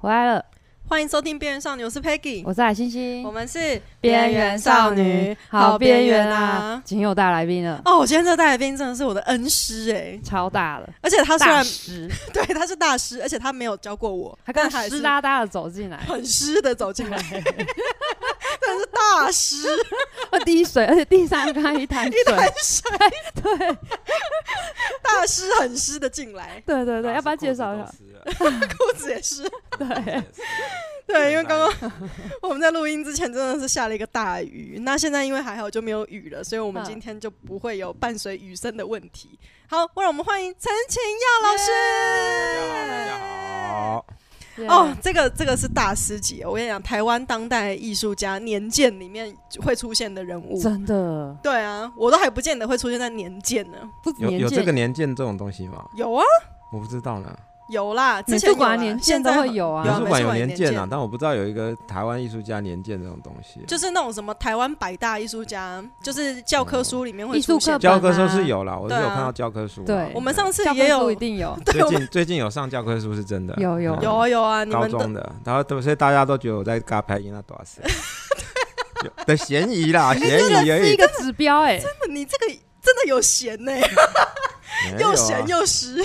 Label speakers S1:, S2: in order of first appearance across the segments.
S1: 回来了，
S2: 欢迎收听《边缘少女》，我是 Peggy，
S1: 我是海星星
S2: 我，们是
S1: 好边缘啊！！今天有大来宾了，
S2: 哦，我今天这个大来宾真的是我的恩师哎、
S1: 超大了，
S2: 而且他虽
S1: 大
S2: 然
S1: 师，
S2: 对他是大师，而且他没有教过我，
S1: 他
S2: 但
S1: 刚
S2: 他也
S1: 湿
S2: 是
S1: 哒哒的走 进来，
S2: 很湿的走进来，但是大师
S1: 哦滴水，而且地上刚刚一滩水
S2: 一，滩水，
S1: 对
S2: 大师很湿的进来，
S1: 对对对，要不要
S3: 把
S1: 介绍一下？
S3: 下？
S2: 裤子也湿。
S1: 对，
S2: 对， 因为刚刚 我们在录音之前真的是下了一个大雨，那现在因为还好就没有雨了，所以我们
S1: 嗯
S2: 今天就不会有伴随雨声的问题。好，让我们欢迎陈晴耀老
S3: 大
S2: 师。
S3: 家好，
S1: 啊
S2: 哦，这个这个是大师级，我跟你讲，台湾当代艺术家年鉴里面会出现的人物
S1: Yeah，。真的
S2: 对啊，我都还不见得会出现在年鉴呢。
S1: 不
S3: 有
S1: 年
S3: 有这
S1: 鉴
S3: 个年鉴这种东西吗？
S2: 有啊，
S3: 我不知道呢。
S2: 有啦，之
S1: 美
S2: 前
S1: 术
S2: 有啦
S1: 馆年鉴
S2: 现
S1: 都
S2: 在
S1: 会
S2: 很
S1: 有啊
S3: 美
S2: 有
S3: 术
S2: 美
S3: 馆
S2: 术
S3: 有
S2: 馆年
S3: 年鉴啊
S2: 鉴，
S3: 但我不知道有一个台湾艺术家年鉴这种东西。
S2: 就是那种什么台湾百大艺术家，就是教科书里面会
S1: 艺术
S2: 出现
S1: 课。
S3: 教科书是有啦，我是
S2: 对
S3: 有
S2: 啊
S3: 看到教科书啦。
S1: 对
S2: 我们上次
S1: 教
S2: 也
S1: 科书
S2: 有
S1: 一定有，
S2: 对
S3: 最
S2: 我们
S3: 近最近有上教科书是真的，嗯
S1: 有有
S2: 有啊有啊，你
S3: 高
S2: 们
S3: 中
S2: 的
S3: 的，然后都所以大家都觉得我在嘎拍伊那多斯 有的嫌 疑啦，嫌疑而
S1: 是一
S3: 已，
S1: 个指标哎，
S2: 你这个哎 真的有闲呢、
S3: 没有
S2: 又
S3: 啊
S2: 闲又实，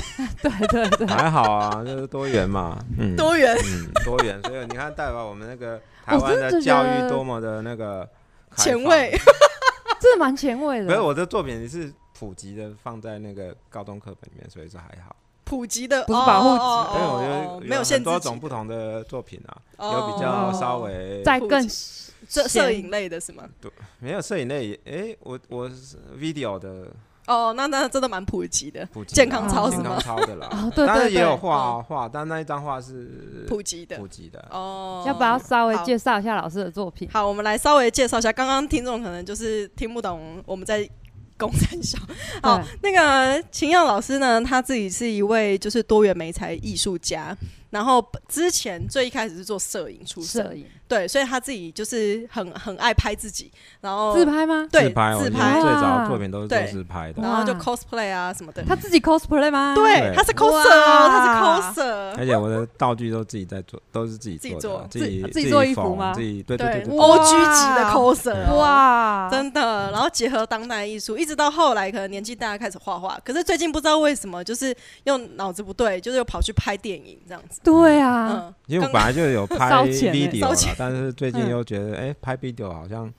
S1: 对对对，
S3: 还好啊，就是多元嘛，嗯，
S2: 多元。
S3: 嗯， 多元，所以你看代表我们那个
S2: 哦
S3: 台
S1: 我
S3: 湾
S1: 真的
S3: 的
S1: 觉
S3: 教
S1: 得
S3: 育多么的那个开
S2: 前
S3: 放
S2: 卫。
S1: 真的蛮前卫
S3: 可是
S1: 的。
S3: 我的作品是普及的，放在那个高中课本里面，所以说还好。
S2: 普及的，
S1: 不是保护级
S2: 哦
S3: 因为我觉
S2: 哦
S3: 得
S2: 哦没有限
S3: 很
S2: 制
S3: 多
S2: 级
S3: 种不同的作品啊，
S2: 哦
S3: 有比较稍微
S1: 再更
S2: 普摄摄影类的是吗？
S3: 没有摄影类也，诶，我我是 video 的
S2: 哦，那那真的蛮普及的，
S3: 普及啦，
S2: 健康
S1: 操
S3: 健
S1: 是
S2: 吗
S3: 康操的啦
S1: 哦对，对
S3: 当然
S1: 对
S3: 也有画啊画，但那一张画是
S2: 普及的
S3: 普及的，
S2: 哦。
S1: 要不要稍微
S2: 好
S1: 介绍一下老师的作品？
S2: 好，我们来稍微介绍一下，刚刚听众可能就是听不懂我们在。公三小， 好
S1: 对，
S2: 那个秦耀老师呢，他自己是一位就是多元媒材艺术家，然后之前最一开始是做摄影出身
S1: 摄，影
S2: 对，所以他自己就是很很爱拍自己，然后
S1: 自拍吗？
S2: 对
S3: 自拍，哦我
S2: 自
S3: 以前
S2: 拍啊
S3: 最
S1: 哇
S3: 早作品都是做
S2: 对
S3: 自拍的，
S2: 然后就
S1: 哇
S2: cosplay 啊什么的。
S1: 他自己 cosplay 吗？
S2: 对
S3: 对，
S2: 他是 coser
S1: 哇
S2: 哦，他 是 coser。
S3: 而且我的道具都自己在做， 都是自己
S2: 自己
S3: 做的
S2: 做
S3: 啊，
S1: 自
S3: 己
S1: 自己
S3: 自
S1: 做衣服
S3: 缝
S1: 吗
S3: 自己对对哎
S2: 对
S3: 对，
S1: 哇
S2: ，O G 级的 coser，哦，
S1: 哇，
S2: 真的。然后结合当代艺术，一直到后来可能年纪大开始画画，可是最近不知道为什么，就是又脑子不对，就是又跑去拍电影这样子。
S1: 对啊，
S2: 嗯，
S3: 因为
S2: 刚
S3: 我本来就有拍
S1: 烧钱欸
S3: video
S2: 烧
S3: 啦
S2: 钱，
S3: 但是最
S1: 嗯
S3: 近又觉得，哎，拍 video 好像，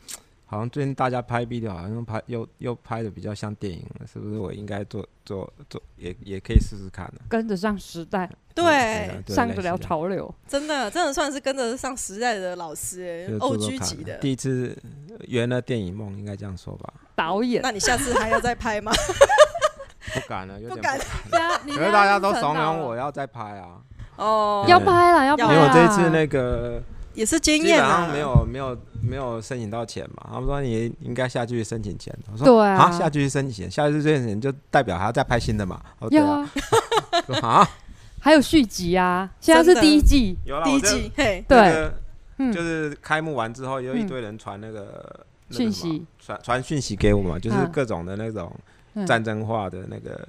S3: 好像最近大家拍 video 好像拍又又拍的比较像电影了，是不是？我应该做做做，也也可以试试看呢。啊
S1: 跟得上时代，
S3: 嗯哎
S2: 对，
S1: 上得了，潮流。
S2: 真的真的算是跟得上时代的老师
S1: 哦
S3: 就
S2: ，O
S3: 做做
S2: G
S3: 看啊
S2: 级的。
S3: 第一次圆了电影梦，应该这样说吧？
S1: 导演
S2: 那，你下次还要再拍 吗？
S3: 不敢了，有
S2: 不
S3: 点
S2: 敢。
S1: 可
S3: 可是大家都怂恿我要再拍啊，
S2: 哦，
S1: 要拍了，要啊拍
S2: 因
S3: 因
S1: 啦
S3: 为我这一次那个
S2: 也是经
S3: 基
S2: 验
S3: 本
S2: 啊
S3: 上，没有没有没有申请到钱嘛，他们说你应该下去申请钱，我说
S1: 对啊
S3: 下去申请钱，下去申请钱就代表还要再拍新的嘛，哦对
S1: 要
S3: 啊，
S1: 啊，
S3: 说啊
S1: 还有续集 啊，现在
S2: 真
S1: 是
S2: 的
S1: 第一季，
S3: 有啦
S2: 第一
S3: 我这
S2: 季，嘿，
S3: 那
S1: 对，
S3: 个
S1: 嗯
S3: 就是开幕完之后有一堆人传那个那个
S1: 讯
S3: 什么
S1: 息
S3: 传传讯息给我嘛，就是
S1: 嗯
S3: 各种的那种
S1: 嗯
S3: 战争化的那个。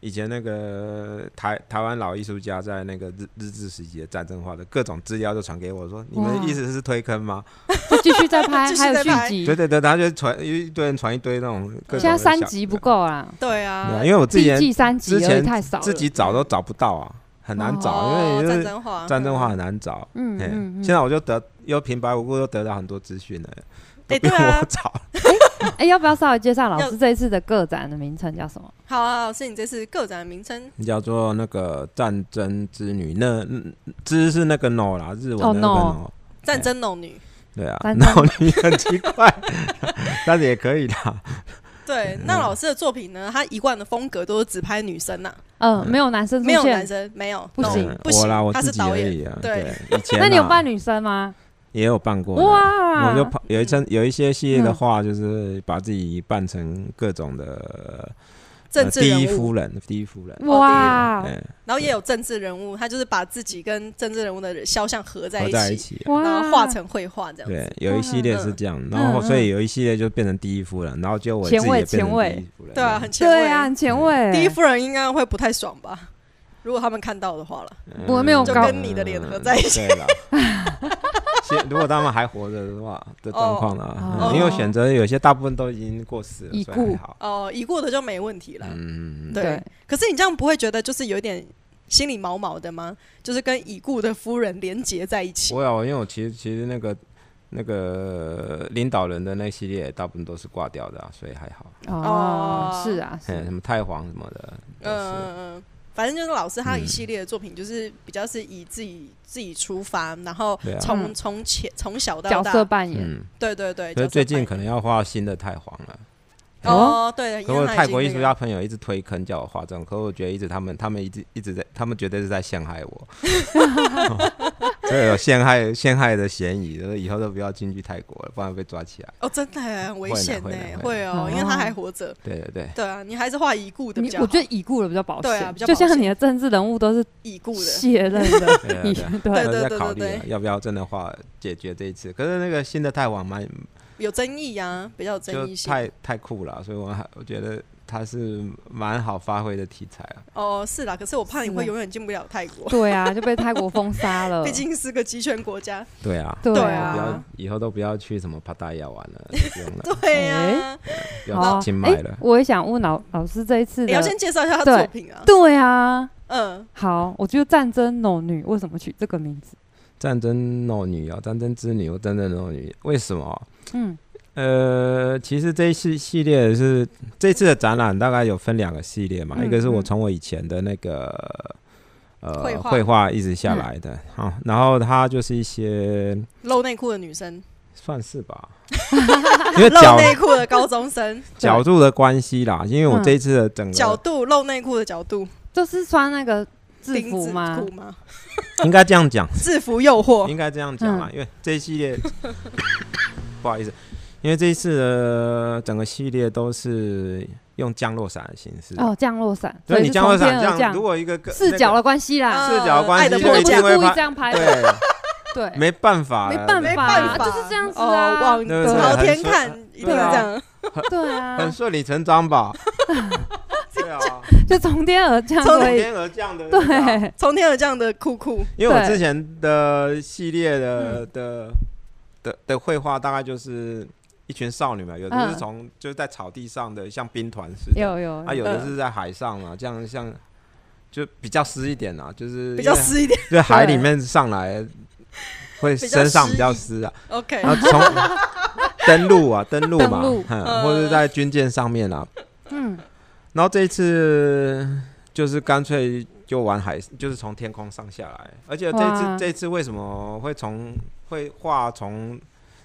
S3: 以前那个台台湾老艺术家在那个日日治时期的战争化的各种资料都传给我说，你们
S1: 哇
S3: 意思是推坑吗？
S1: 就继续再拍，
S2: 继续
S1: 还有
S2: 再
S1: 续
S2: 拍
S1: 集
S3: 对，对对，他就传一堆人传一堆那种各种的小。
S1: 现在三集不够啦，
S2: 对啊
S3: 对啊，，因为我自
S1: 第
S3: 己
S1: 一季三集
S3: 之
S1: 而已
S3: 前
S1: 太少了，
S3: 自己找都找不到啊，很难找，
S2: 哦
S3: 因为就
S2: 战
S3: 是
S2: 争化，
S3: 战争化很难找。
S1: 嗯
S3: 嘿
S1: 嗯嗯，
S3: 现在我就得又平白无故又得到很多资讯了，
S2: 哎
S3: 都不用
S2: 对啊
S3: 我找。
S1: 哎，要不要稍微介绍老
S2: 要
S1: 师这一次的个展的名称叫什么？
S2: 好啊，老师，你这次个展的名称
S3: 叫做那个战争之女，那嗯之是那个 no 啦，日文的那个 no。
S2: 《战争农女
S3: 对啊，
S1: 战争
S3: 然后你很奇怪， 但是也可以啦。》。
S2: 对，
S3: 嗯
S2: 那老师的作品呢？他一贯的风格都是只拍女生呐、啊
S1: 嗯，没有男生出
S2: 没有
S1: 现，
S2: 男生，没有，
S1: 不
S2: 懂
S1: 行
S3: 嗯
S2: 不行，
S3: 我啦，我
S2: 他
S3: 自
S2: 是
S3: 己
S2: 导
S3: 而
S2: 演，
S3: 已啊。
S2: 对
S3: 对，以前
S1: 那你有
S3: 啊
S1: 办女生吗？
S3: 也有办过呢
S1: 哇，
S3: 我
S2: 啊
S3: 就跑有一阵有一些系
S2: 嗯
S3: 列的话，就是把自己扮成各种的呃
S2: 政治
S3: 第一
S2: 人物，
S3: 夫人，第一夫人，
S2: 哦
S1: 哇
S3: 哎，
S2: 然后也有政治人物，他就是把自己跟政治人物的肖像合在
S3: 合
S2: 一
S3: 在一
S2: 起，
S3: 起。啊
S1: 哇，
S2: 然后画成绘画这样子。
S3: 对，有一系列是这样，然后
S1: 嗯
S3: 所以有一系列就变成第一夫人，然后就我自己
S1: 前
S3: 也
S1: 卫
S3: 变成
S1: 前卫
S2: 啊
S3: 第一夫人。
S2: 对啊，很前卫。
S1: 对啊，很前卫。
S2: 第一夫人应该会不太爽吧？如果他们看到的话了，
S1: 我没有
S2: 就
S1: 高
S2: 跟你的脸合在一起。
S3: 嗯对了，现如果他们还活着的话的状况
S1: 哦
S3: 啦，因为我选择有些大部分都已经过世了，
S1: 已
S3: 所以
S1: 故
S3: 还好。
S2: 哦，已过的就没问题了。
S3: 嗯，
S2: 对
S1: 对，
S2: 可是你这样不会觉得就是有点心里毛毛的吗？就是跟已故的夫人连结在一起。
S3: 我啊有，因为我其实其实那个那个领导人的那系列大部分都是挂掉的啊，所以还好。
S1: 哦
S2: 哦，
S1: 是啊，
S3: 嘿，
S1: 是
S3: 什么太皇什么的，都是。
S2: 嗯，反正就是老师他一
S3: 嗯
S2: 系列的作品，就是比较是以自己、自己出发，然后
S3: 对啊
S2: 从
S1: 嗯
S2: 从前从小到
S1: 角
S2: 大，
S1: 色扮演，
S3: 嗯，
S2: 对对对，
S3: 所以
S2: 角色
S3: 最近
S2: 扮
S3: 可能要画新的太皇了。
S2: 演哦，对，因
S3: 可
S2: 为
S3: 我
S2: 他已
S3: 泰
S2: 经
S3: 国艺
S2: 那
S3: 术
S2: 个
S3: 家朋友一直推坑叫我画这种，可我觉得一直他们他们一直一直在，他们绝对是在陷害我， 这有陷害陷害的嫌疑，所以以后都不要进去泰国了，不然被抓起来。
S2: 哦，真的耶很危
S3: 会呢
S2: 险
S3: 会呢
S2: 呢，
S3: 会
S2: 会哦，
S1: 哦
S2: 因为他还活着。
S3: 对对对，
S2: 对啊，你还是画已故的比
S1: 你
S2: 较好，
S1: 我觉得已故的比较保
S2: 对啊
S1: 险，
S2: 比较
S1: 就
S2: 保
S1: 像
S2: 险
S1: 你的政治人物都是
S2: 已故的
S1: 卸任的
S3: 对啊
S1: 已，
S3: 对啊
S1: 对
S2: 对
S3: 在
S2: 对
S3: 考虑
S2: 对
S3: 啊要不要真的画解决这一次。可是那个新的泰王蛮
S2: 有争议啊，比较有
S3: 就
S2: 争议性。
S3: 太太酷了，所以我还我觉得它是蛮好发挥的题材啊。
S2: 哦，是啦，可是我怕你
S1: 是
S2: 会
S1: 啊呃
S2: 永远进不了泰 国，
S1: 对啊，就被泰国封杀了
S2: 毕。竟是个集权国家。
S3: 对啊，
S1: 对
S2: 对
S3: 不
S2: 啊
S1: 啊
S3: 要，以后都不要去什么帕达亚玩 了，就不用了，
S2: 对呀、啊，
S3: 不
S1: 好
S3: 要清迈
S1: 哎
S3: 了，。
S1: 我也想问老老师这一次
S2: 你哎要
S1: 的，
S2: 先介绍一下他
S1: 对
S2: 的作品啊。
S1: 对啊，
S2: 嗯，
S1: 好，我觉得战争裸女为什么取这个名字？
S3: 战争诺女啊，战争之女，战争诺女，为什么？
S1: 嗯，
S3: 呃，其实这一系系列是这次的展览大概有分两个系列嘛，
S1: 嗯
S3: 一个是我
S1: 嗯
S3: 从我以前的那个
S2: 绘
S3: 呃
S2: 画嗯
S3: 绘画一直下来的，好、然后它就是一些
S2: 露内裤的女生，
S3: 算是 吧，因为
S2: 露
S3: 角
S2: 内裤的高中 生，
S3: 角度的关系啦，因为我
S1: 嗯
S3: 这一次的整
S2: 角
S3: 个
S2: 度露内裤的角度，
S1: 就是穿那个制
S2: 丁
S1: 服
S2: 字
S1: 吗？
S2: 裤吗？
S3: 应该这样讲，
S2: 制服诱 惑，
S3: 应该这样讲啦，因为这一系列 不好意思，因为这一次的整个系列都是用降落伞的形式，
S1: 哦，降落伞，
S3: 所以
S1: 是
S3: 你降落伞
S1: 从
S3: 这
S1: 天而
S3: 样，
S1: 降
S3: 如果一个个
S1: 视角的关系啦，
S2: 啊
S3: 视角的关
S2: 爱
S3: 系
S2: 的
S3: 就
S2: 迫
S1: 我
S3: 一
S1: 不
S3: 定
S1: 是
S3: 会
S1: 故意
S3: 拍
S1: 这，样拍的，
S3: 对，
S1: 对，啊
S3: 没办法，
S1: 没办
S2: 没
S1: 法
S2: 办
S1: 啊，
S2: 法
S1: 就是这样子
S2: 哦，
S1: 啊，
S2: 往
S3: 对不对
S2: 朝天
S3: 很说啊
S2: 看，一定是这样。
S1: 对
S3: 很
S1: 啊，
S3: 顺理成章吧？对啊，
S1: 就从天而降，
S2: 从
S1: 所
S3: 从
S1: 以
S3: 天而降的，啊
S1: 对，
S2: 从天而降的酷酷，
S3: 因为我
S1: 对嗯
S3: 之前的系列的的的的绘画，大概就是一群少女嘛，有的
S1: 嗯
S3: 是从就是在草地上的，像兵团似的，
S1: 有有
S3: 啊，有的
S2: 嗯
S3: 是在海上嘛，这样像就比较湿一点啦，就是
S2: 比较
S3: 因为，
S2: 湿一点。
S3: 对海里面上来会
S2: 比较
S3: 身上
S2: 湿
S3: 比较
S2: 意
S3: 湿啊，
S2: OK，
S3: 然后从登陆啊，登陆
S1: 登
S3: 嘛
S1: 陆，
S3: 嗯，
S2: 嗯
S3: 或者在军舰上面啊，
S1: 嗯，
S3: 然后这一次就是干脆就玩海，就是从天空上下来，而且这一
S1: 哇
S3: 次这一次为什么会从会画从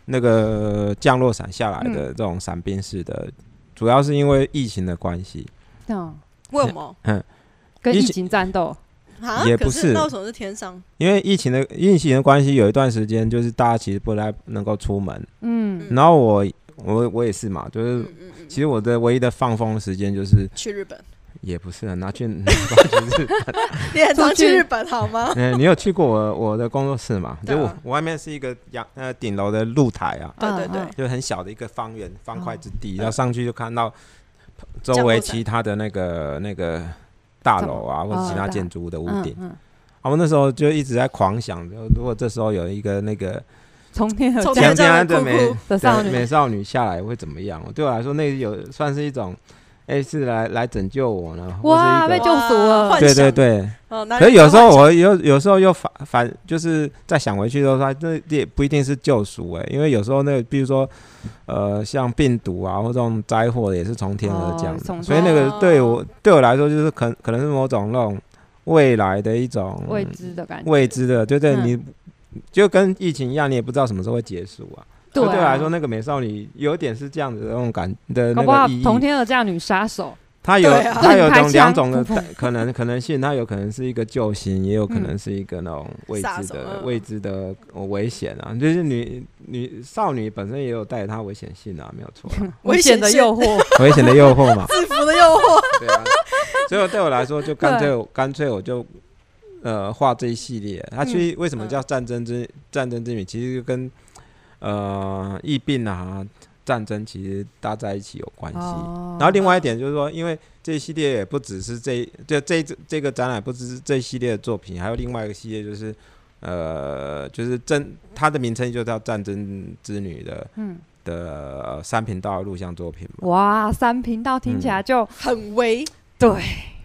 S3: 那个降落伞下来的这种伞兵式的，主要是因为疫情的关系。
S1: 这样
S2: 为什么
S1: 跟
S3: 一
S1: 疫
S3: 起
S1: 情战斗，
S2: 啊？
S3: 也
S2: 可
S3: 不
S2: 是
S3: 是
S2: 那为什么是天上？
S3: 因为疫情的疫情的关系，有一段时间就是大家其实不太能够出门。
S1: 嗯，
S2: 嗯
S3: 然后我我我也是嘛，就是
S2: 嗯嗯嗯，
S3: 其实我的唯一的放风时间就是
S2: 去日本，
S3: 也不是很拿去拿去日本。
S2: 你很常
S1: 出
S2: 去
S1: 去
S2: 日本好 吗？
S3: 嗯，你有去过我我的工作室嘛？
S2: 对
S3: 就
S2: 啊
S3: 我我外面是一个阳呃顶楼的露台啊，
S2: 对对对
S1: 嗯，
S3: 就很小的一个方圆方块之地，
S2: 嗯
S3: 然后上去就看到周围其他的那个那个大楼啊，
S1: 怎么
S3: 或者其
S1: 哦大
S3: 他建筑物的屋
S1: 嗯
S3: 顶。
S1: 嗯，
S3: 啊，我那时候就一直在狂想，就如果这时候有一个那个
S1: 从天而
S2: 从
S1: 降
S2: 天
S3: 天
S2: 这样
S3: 天
S2: 的
S3: 的
S2: 酷
S3: 美
S2: 酷
S1: 的少女
S3: 美少女下来会怎么样？对我来说，那有算是一种，哎、是来来拯救我呢，或
S1: 哇
S3: 是一
S1: 被
S3: 个
S1: 救赎了
S2: 哇
S3: 对对，对。
S2: 哦，
S1: 啊
S3: 可是有时候我有有时候又反反，就是再想回去的时候，那也不一定是救赎哎、因为有时候那个比如说，呃，像病毒啊或这种灾祸也是从天而降
S1: 哦
S3: 的，
S1: 从
S3: 所以那个
S2: 天
S3: 对我对我来说就是可可能是某种那种未来的一种
S1: 未知的感觉，
S3: 未知的，对对，
S1: 嗯
S3: 你就跟疫情一样，你也不知道什么时候会结束啊。
S1: 对
S3: 所以对我
S1: 啊
S3: 来说，那个美少女有点是这样子的那种感的
S1: 搞不好
S3: 那个意
S1: 从
S3: 义。
S1: 天而降女杀 手，
S3: 它有
S2: 对啊
S3: 它有
S1: 开
S3: 种
S1: 枪
S3: 两种的
S1: 砰砰
S3: 可能可能性，它有可能是一个救星，也有可能
S1: 嗯
S3: 是一个那种未
S2: 杀
S3: 知
S2: 手
S3: 的
S2: 嗯
S3: 未知的呃危险啊。就是女女少女本身也有带着她危险性啊，没有错 啊，
S2: 危
S1: 险
S2: 险
S1: 的
S2: 性
S1: 诱 惑，
S3: 危险的诱 惑嘛，
S2: 制服的诱惑，
S3: 对啊。所以对我来说，就干脆干脆我就呃画这一系列。它
S1: 嗯
S3: 其实为
S2: 嗯
S3: 什么叫战争之、战争之女，其实就跟呃疫病啊、战争其实搭在一起有关系。
S1: 哦
S3: 然后另外一点就是说，因为这一系列也不只是这这这这个展览，不只是这一系列的作品，还有另外一个系列就是，呃，就是战，它的名称就叫《战争之女》的
S1: 嗯，
S3: 的、呃三频道录像作品嘛。
S1: 哇，三频道听起
S3: 嗯
S1: 来就、
S2: 很微。
S1: 对，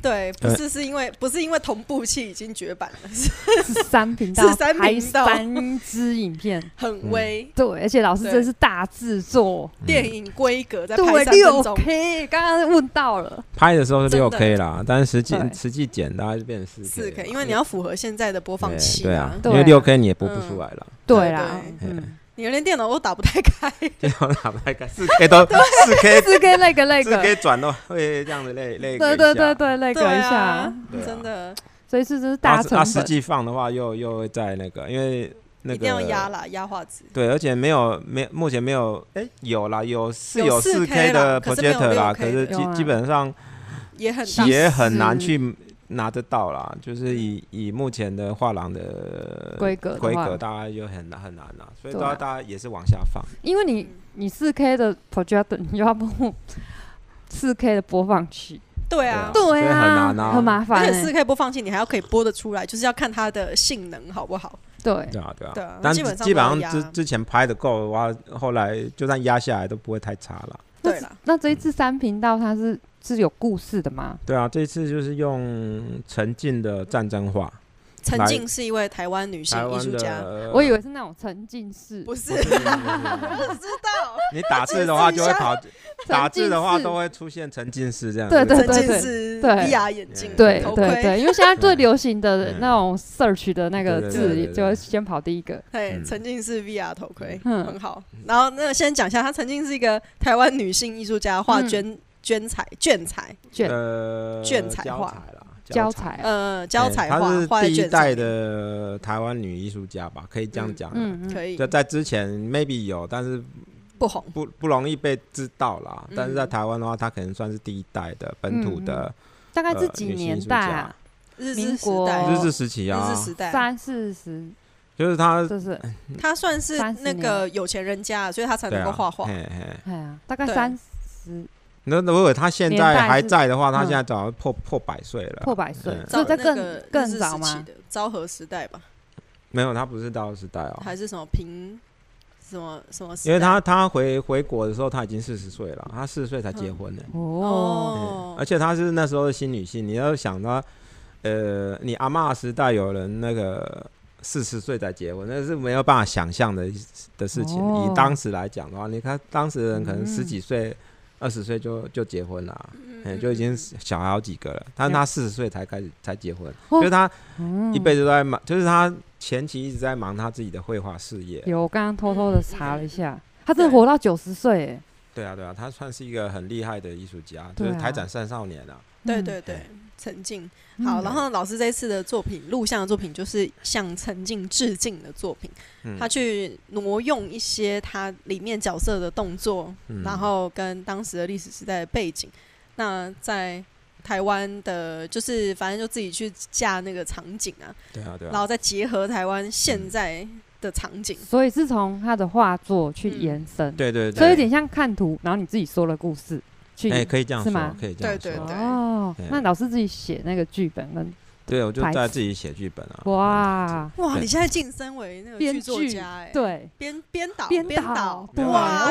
S2: 对，不
S3: 呃
S2: 是是因为不是因为同步器已经绝版了，是
S1: 是三频道，
S2: 是三频
S1: 还
S2: 道
S1: 三支影片，
S3: 嗯
S2: 很微。
S1: 对，而且老师
S2: 对
S1: 真是大制作，
S2: 电影规格在拍
S1: 对，
S2: 三分
S1: 六
S2: 钟，
S1: K，刚刚问到了，
S3: 拍的时候是
S2: 真
S3: 六
S2: 的
S3: K 啦，但是实际
S1: 对
S3: 实际剪大概就变成四
S2: 四
S3: K，
S2: K，因为你要符合现在的播放器
S3: 啊对啊，
S1: 对
S3: 因为
S1: 啊
S3: 六 K 你也播不
S2: 嗯
S3: 出来 了，
S1: 对啦，
S3: 对
S1: 嗯，
S2: 你连电脑都打不太开，
S3: 这样打不太开，四 K 都四 K
S1: 四 K 那个那
S3: 四
S1: 个，
S3: K 转都会这样子累累个
S1: 对
S3: 一
S1: 对对
S3: 下
S1: 对，那
S2: 对
S1: 个一
S2: 啊
S1: 下，，
S3: 对啊
S2: 真的
S1: 所以是这是
S3: 然
S1: 大
S3: 后
S1: 成
S3: 它实
S1: 本，
S3: 际放的话又，又会在那个，因为那个
S2: 一定要压啦，压画质。
S3: 对，而且没有没目前没有，哎、有啦，有是
S2: 有
S3: 四
S2: 4K 啦
S3: 的
S2: 可是没有
S3: projector 啦，
S2: 6K
S3: 可
S1: 的
S3: 是基
S1: 有啊
S3: 基本上
S2: 也很大
S1: 当，
S3: 也很难
S1: 时
S3: 去拿得到啦，就是以以目前的画廊的
S1: 规格的
S3: 规
S1: 话
S3: 格，大家就很难很难啦，所以
S1: 对
S3: 大家
S1: 啊
S3: 大家也是往下放，
S1: 因为你你四 K 的 projector，你就要播四 K 的播放器，
S2: 对啊，
S3: 对啊所以
S1: 对
S3: 很
S1: 啊，
S3: 难啊
S1: 很麻烦
S2: 而且
S1: 欸，
S2: 四 K 播放器你还要可以播得出来，就是要看它的性能好不好。
S1: 对，
S3: 对啊对啊，
S2: 对啊
S3: 但
S2: 基本上
S3: 基本
S2: 都要
S3: 上之
S2: 压
S3: 之前拍的够的话，后来就算压下来都不会太差了。
S1: 那
S2: 对啦，
S1: 那这一次三频道它是是有故事的吗？
S3: 对啊，这次就是用沉浸的战争画，
S2: 陈静是一位台湾女性
S3: 台
S2: 艺
S3: 湾
S2: 术家，
S3: 的，
S1: 我以为是那种沉浸式，
S2: 不是
S3: 啊不是不是不是
S2: 知道
S3: 你打字的话就会跑，
S1: 沉
S3: 打字
S1: 浸
S3: 的话
S1: 式
S3: 都会出现沉浸式这样。
S1: 对对
S2: 陈
S1: 对
S2: 静
S1: 对
S2: 是
S1: 对
S2: VR 眼镜、
S1: 对
S2: 头
S1: 对
S2: 盔。
S1: 对，因为现在最
S3: 嗯
S1: 流行的
S3: 嗯
S1: 那种 search 的那个
S3: 对对
S1: 字
S3: 对对
S1: 里，就会先跑第一个。
S2: 对，
S3: 嗯
S2: 曾经是 VR 头盔，
S1: 嗯
S2: 很好。然后那个先讲一下，她曾经是一个台湾女性艺术家，画
S1: 嗯
S2: 捐捐彩卷彩，
S1: 卷
S3: 呃，
S2: 卷彩
S3: 胶
S2: 画
S3: 彩啦，
S1: 教
S3: 彩。
S1: 材，
S2: 呃，胶彩
S3: 哎她
S2: 画
S3: 是
S2: 画在
S3: 第一
S2: 卷
S3: 代
S2: 彩，
S3: 的台湾女艺术家吧，可以这样讲。
S1: 嗯嗯，
S2: 可以
S3: 就在之前 maybe 有，但是
S2: 不红。
S3: 不不容易被知道啦。但是在
S2: 嗯
S3: 台湾的话，她可能算是第一代的本土的
S1: 大概
S3: 呃
S1: 是几
S3: 女性艺
S1: 年
S3: 术
S1: 代
S3: 家
S1: 啊？
S2: 日治
S1: 民
S2: 时
S1: 国
S2: 代，
S1: 哦
S3: 日治时期啊
S2: 嗯日治，时代，
S1: 三四十，
S3: 就是她
S1: 就是
S2: 她算是
S1: 30
S2: 那个有钱人家，所以她才
S3: 对
S2: 能够
S3: 啊，
S2: 画画。
S3: 嘿
S1: 哎
S3: 嘿
S1: 呀，大概
S2: 对
S1: 三十
S3: 那如果他现
S1: 年代
S3: 在还
S1: 是
S3: 在的话，他
S1: 嗯
S3: 现在早就破破百岁了。
S1: 破百岁，
S3: 嗯
S1: 所
S2: 早
S1: 以在
S2: 那
S1: 更
S2: 个日
S1: 更
S2: 治
S1: 早
S2: 时期
S1: 吗？
S2: 的昭和时代吧，
S3: 没有，他不是到时代哦，
S2: 还是什么平什么什么时代？
S3: 因为他他回回国的时候他已经四十岁了，他四十
S1: 嗯
S3: 岁才结婚呢、嗯
S1: 哦，
S2: 哦
S3: 而，且他是那时候的新女性，你要想他，呃，你阿嬷时代有人那个四十岁才结婚，那是没有办法想象的的事情。
S1: 哦
S3: 以当时来讲的话，你看当时的人可能
S1: 嗯
S3: 十几岁、二十岁就就结婚了啊、
S2: 嗯
S3: 嗯，就已经小孩好几个了，但是他四十岁才开始才结婚，
S1: 哦
S3: 就是他
S1: 嗯
S3: 一辈子都在忙，就是他前期一直在忙他自己的绘画事业。
S1: 有，我刚刚偷偷的查了一下，他真的
S2: 对
S1: 活到九十岁，哎，
S3: 对啊，对啊，他算是一个很厉害的艺术家，就
S1: 对啊
S3: 是台展三少年啊。
S2: 对
S1: 嗯
S2: 对对，陈静。
S1: 嗯
S2: 好，然后老师这次的作品录像的作品就是向陈静致敬的作品，
S3: 嗯
S2: 他去挪用一些他里面角色的动作，
S3: 嗯
S2: 然后跟当时的历史时代的背景。那在台湾的，就是反正就自己去架那个场景啊，
S3: 对啊，对
S2: 然
S3: 啊，
S2: 后再结合台湾现在的场景。
S1: 所以是从他的画作去
S2: 嗯
S1: 延伸，
S3: 对对
S1: 所以有
S3: 对，
S1: 点像看图，然后你自己说了故事去
S3: 哎，可以这嗯样
S1: 是
S3: 说
S1: 吗，
S3: 可以这样
S2: 对
S3: 说。
S1: 哦
S3: 对，
S1: 那老师自己写那个剧本
S3: 哦
S1: 跟
S3: 对，我就
S1: 白
S3: 在
S1: 痴
S3: 自己写剧本啊。
S1: 哇，
S2: 哇，
S3: 对
S2: 你现在晋升为那个
S1: 编
S2: 剧作
S1: 剧
S2: 家哎、
S1: 对，
S2: 编编导，
S1: 编
S2: 编
S1: 导
S3: 对
S2: 哇，
S1: 哇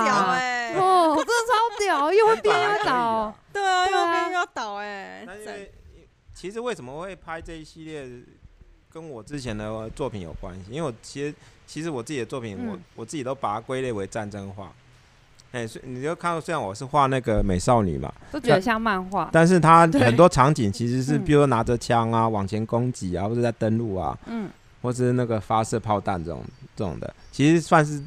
S2: 超屌哎、
S1: 哦，真的超屌，又会编又会导，
S2: 对啊，
S1: 对啊
S2: 又编又导哎、
S3: 那因
S2: 赞
S3: 为其实为什么会拍这一系列，跟我之前的作品有关系，因为我其实其实我自己的作品，我
S1: 嗯
S3: 我自己都把它归类为战争画。哎、所以你就看到，虽然我是画那个美少女嘛，
S1: 都觉得像漫画，
S3: 但是它很多场景其实是，
S1: 嗯
S3: 比如说拿着枪啊往前攻击啊，或者在登陆啊，
S1: 嗯，
S3: 或是那个发射炮弹这种这种的，其实算是，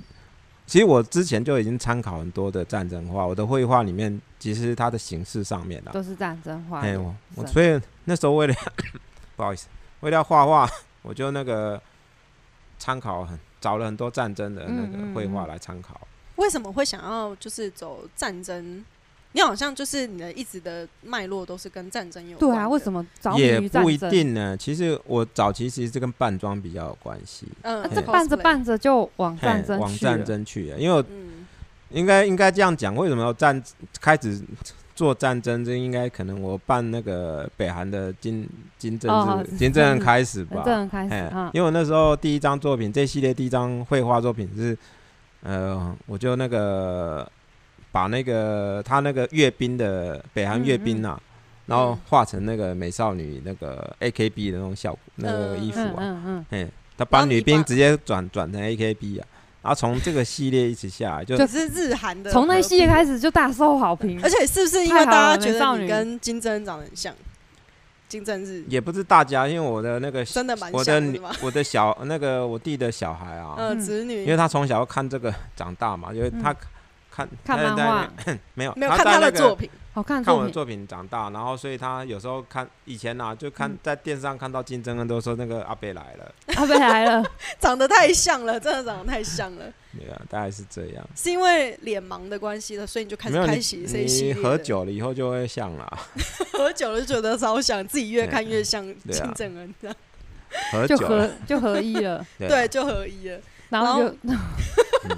S3: 其实我之前就已经参考很多的战争画，我的绘画里面其实它的形式上面啊，
S1: 都是战争画，
S3: 哎、我我
S1: 是
S3: 所以那时候为了 不好意思，为了画画，我就那个参考很找了很多战争的那
S1: 嗯嗯
S3: 个绘画
S1: 嗯
S3: 来参考。
S2: 为什么会想要就是走战争？你好像就是你的一直的脉络都是跟战争有关
S1: 对啊，为什
S2: 么？
S1: 么着迷
S3: 也
S1: 于战
S3: 不一
S1: 争？
S3: 定呢。其实我早期其实是跟扮装比较有关系，
S2: 嗯
S1: 那
S3: 嘿
S1: 啊这办着，办着就往
S3: 嘿
S1: 战争
S3: 往
S1: 去
S3: 战
S1: 了，
S3: 争去了，因为我
S2: 嗯，
S3: 应该应该这样讲，为什么要战开始做战争？这应该可能我办那个北韩的金金正
S1: 哦
S3: 日、
S1: 好
S3: 金正恩开 始吧
S1: 从，这样开始
S3: 哎
S2: 嗯
S1: 啊，
S3: 因为我那时候第一张作品，这系列第一张绘画作品是，呃，我就那个把那个他那个阅兵的北韩
S2: 嗯
S3: 阅兵啊，然后画成那个美少女那个 A K B 的那种效果，那个
S2: 嗯
S3: 衣服
S1: 嗯
S3: 啊，
S1: 嗯嗯，
S3: 嘿，他
S2: 然
S3: 把
S2: 后你
S3: 女兵
S2: 把
S3: 直接转转成 A K B 啊，然后从这个系列一直下 来，就
S2: 你是日韩的，
S1: 从那一系列开，始就大受好评，
S2: 而且是不是因为
S1: 太好
S2: 大家
S1: 了
S2: 觉
S1: 美
S2: 得
S1: 少
S2: 你
S1: 女
S2: 跟金正恩长得很像？金正日
S3: 也不是大家，因为我的那个
S2: 真的蛮
S3: 我的
S2: 像的
S3: 女
S2: 吗？
S3: 我的小那个我弟的小孩啊，
S2: 呃，嗯
S1: 嗯
S2: 子
S3: 因
S2: 女
S3: 为他从小要看这个 长大嘛，因为他看
S1: 看
S3: 他
S1: 漫
S3: 在那
S1: 画
S3: 没有
S2: 没有
S3: 他
S2: 看
S3: 在
S2: 他
S3: 那
S2: 的
S3: 个
S2: 作品，
S1: 好看
S3: 看我
S1: 作
S3: 的
S1: 品，
S3: 作品长大，然后所以他有时候看以前啊，就看
S1: 嗯
S3: 在电视上看到金正恩都说那个阿贝来了，
S1: 阿贝啊来 了，
S2: 长得太像了，真的长得太像了，
S3: 对啊，大概是这样。
S2: 是因为脸盲的关系的，所以你就开
S3: 没
S2: 始
S3: 有
S2: 开
S3: 你
S2: 启这一系列
S3: 你
S2: 的。
S3: 喝酒了以后就会像了，
S2: 喝酒了就觉得超像，自己越看越像
S3: 对啊
S2: 金正恩这样，
S3: 喝
S1: 就
S3: 酒了
S1: 合就合一 了，
S3: 对啊
S2: 对，就合一了。
S1: 然后就
S3: 嗯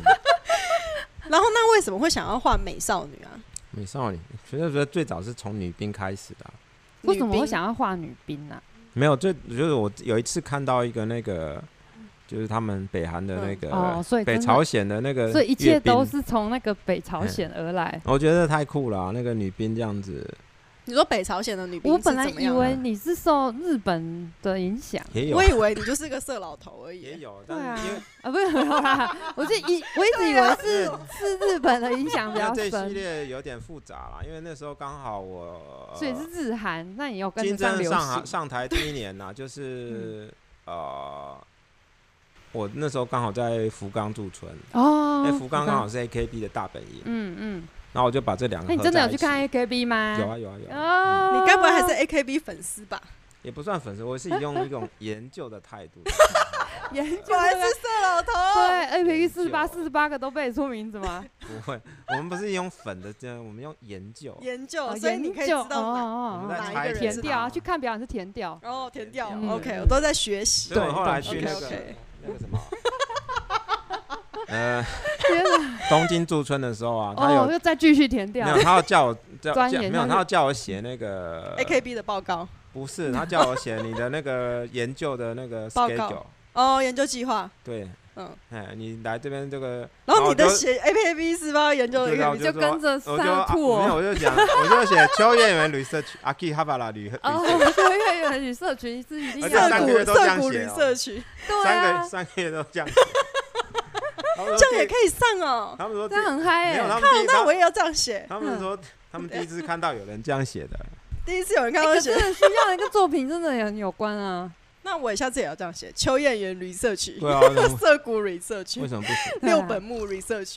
S2: 然后那为什么会想要画美少女啊？
S3: 美少女，其实觉得最早是从女兵开始的啊、
S1: 为什么会
S2: 女兵
S1: 想要画女兵啊呢？
S3: 没有，最就是我有一次看到一个那个，就是他们北韩的那个、
S1: 哦，所以
S3: 北
S1: 真的
S3: 朝鲜的那个，
S1: 所以一切都。是从那个北朝鲜而来。
S3: 我觉得太酷了啊、那个女兵这样子
S2: 你说北朝鲜的女兵
S1: 我
S2: 是怎
S1: 本
S2: 么
S1: 来
S2: 样啊，
S1: 以为你是受日本的影 响
S3: 也有啊
S2: 我，以为你就是个色老头而
S3: 也
S2: 已。
S3: 有，
S1: 对啊
S3: 但是因为
S1: 啊，不是 没有啦，我就以我一直以为是
S2: 啊
S1: 是日本的影响比
S3: 因
S1: 较
S3: 为这系
S1: 深，
S3: 列有点复杂啦，因为那时候刚好我呃
S1: 所以是日韩，那你要跟
S3: 金
S1: 得
S3: 正
S1: 上
S3: 恩
S1: 流
S3: 上台
S1: 行。嗯
S3: 上台第一年呐、就是、呃，我那时候刚好在福冈驻村，
S1: 哦
S3: 那、，福冈刚好是 AKB 的大本营，
S1: 嗯嗯，
S3: 然后我就把这两个
S1: 那你
S3: 合
S1: 真的
S3: 在
S1: 有
S3: 一
S1: 去
S3: 起
S1: 看 AKB 吗？
S3: 有啊有啊有啊，
S1: 哦，
S2: 你该不会还是 AKB 粉丝吧？
S3: 也不算粉丝，我是以用一种研究的态度。
S1: 研究
S2: 果然是色老头。
S1: 对
S3: 研
S1: AKB
S3: 究
S1: 四十八四十八个都背得出名字 吗？
S3: 不会，我们不是用粉的，这样我们用研究。
S2: 研究，
S1: 哦
S2: 所以你
S1: 研
S2: 可以知
S1: 究
S2: 道哪。
S1: 哦
S3: 我们
S1: 哦
S3: 在
S1: 哦，
S2: 哪一
S3: 猜
S2: 个人
S1: 填
S2: 是
S1: 掉
S3: 哪
S1: 啊，去看表演是填掉。
S2: 然后哦填掉
S3: 嗯
S2: ，OK，我都在学习
S3: 所以。我后来
S1: 对对
S3: 去那个
S2: OK，OK
S3: 那 个什么，呃，
S1: 天
S3: 东京驻村的时候啊，他
S1: 哦，
S3: 有
S1: 又再继续填掉
S3: 没。有他要叫我叫
S1: 钻
S3: 叫
S1: 研
S3: 没有
S1: 他哎
S3: 他要叫我写那个
S2: AKB 的报告
S3: 不是他叫我写你的那个研究的 那个
S2: 报告
S3: schedule，
S2: 哦，研究计划，
S3: 对，
S2: 嗯，
S3: 哎，你来这边这个，
S2: 然后你的
S3: 哦我就
S2: 写 AKB 是吧？研究
S3: 对然后
S1: 你
S3: 就
S1: 就
S3: 说
S1: 跟着
S3: 我就
S1: 上
S3: 啊
S1: 吐
S3: 没有
S1: 哦。
S3: 我就讲我 就写秋叶原 research 阿基哈巴拉旅
S1: 哦，
S3: research
S1: 我觉得越远女社群是一定
S3: 而且
S1: 要
S3: 三
S1: 的
S3: 个月
S2: 涩
S3: 都
S2: 谷
S3: 这样
S2: 涩谷
S3: 写
S2: 旅
S3: 哦
S2: 社区，
S1: 对
S3: 三个
S1: 啊，
S3: 三个月都 这样，
S2: 这
S3: 这
S2: 样也可以上哦。
S3: 他们说
S1: 这
S3: 第
S1: 样很嗨
S3: 没有，
S1: 哎。
S3: 他们第一
S2: 那
S3: 他
S2: 我也要这样写。
S3: 他们
S1: 嗯
S3: 说他们第一次看到有人这样写的，
S2: 第一次有人看
S1: 哎
S2: 到
S1: 可
S2: 写
S1: 真，的需要一个作品，真的也很有关啊。
S2: 那我下次也要这样写。秋叶原 research，
S3: 对啊，
S2: 涩谷
S3: 为
S2: research，
S3: 什么不 行？
S1: 对啊
S2: 六本木 research，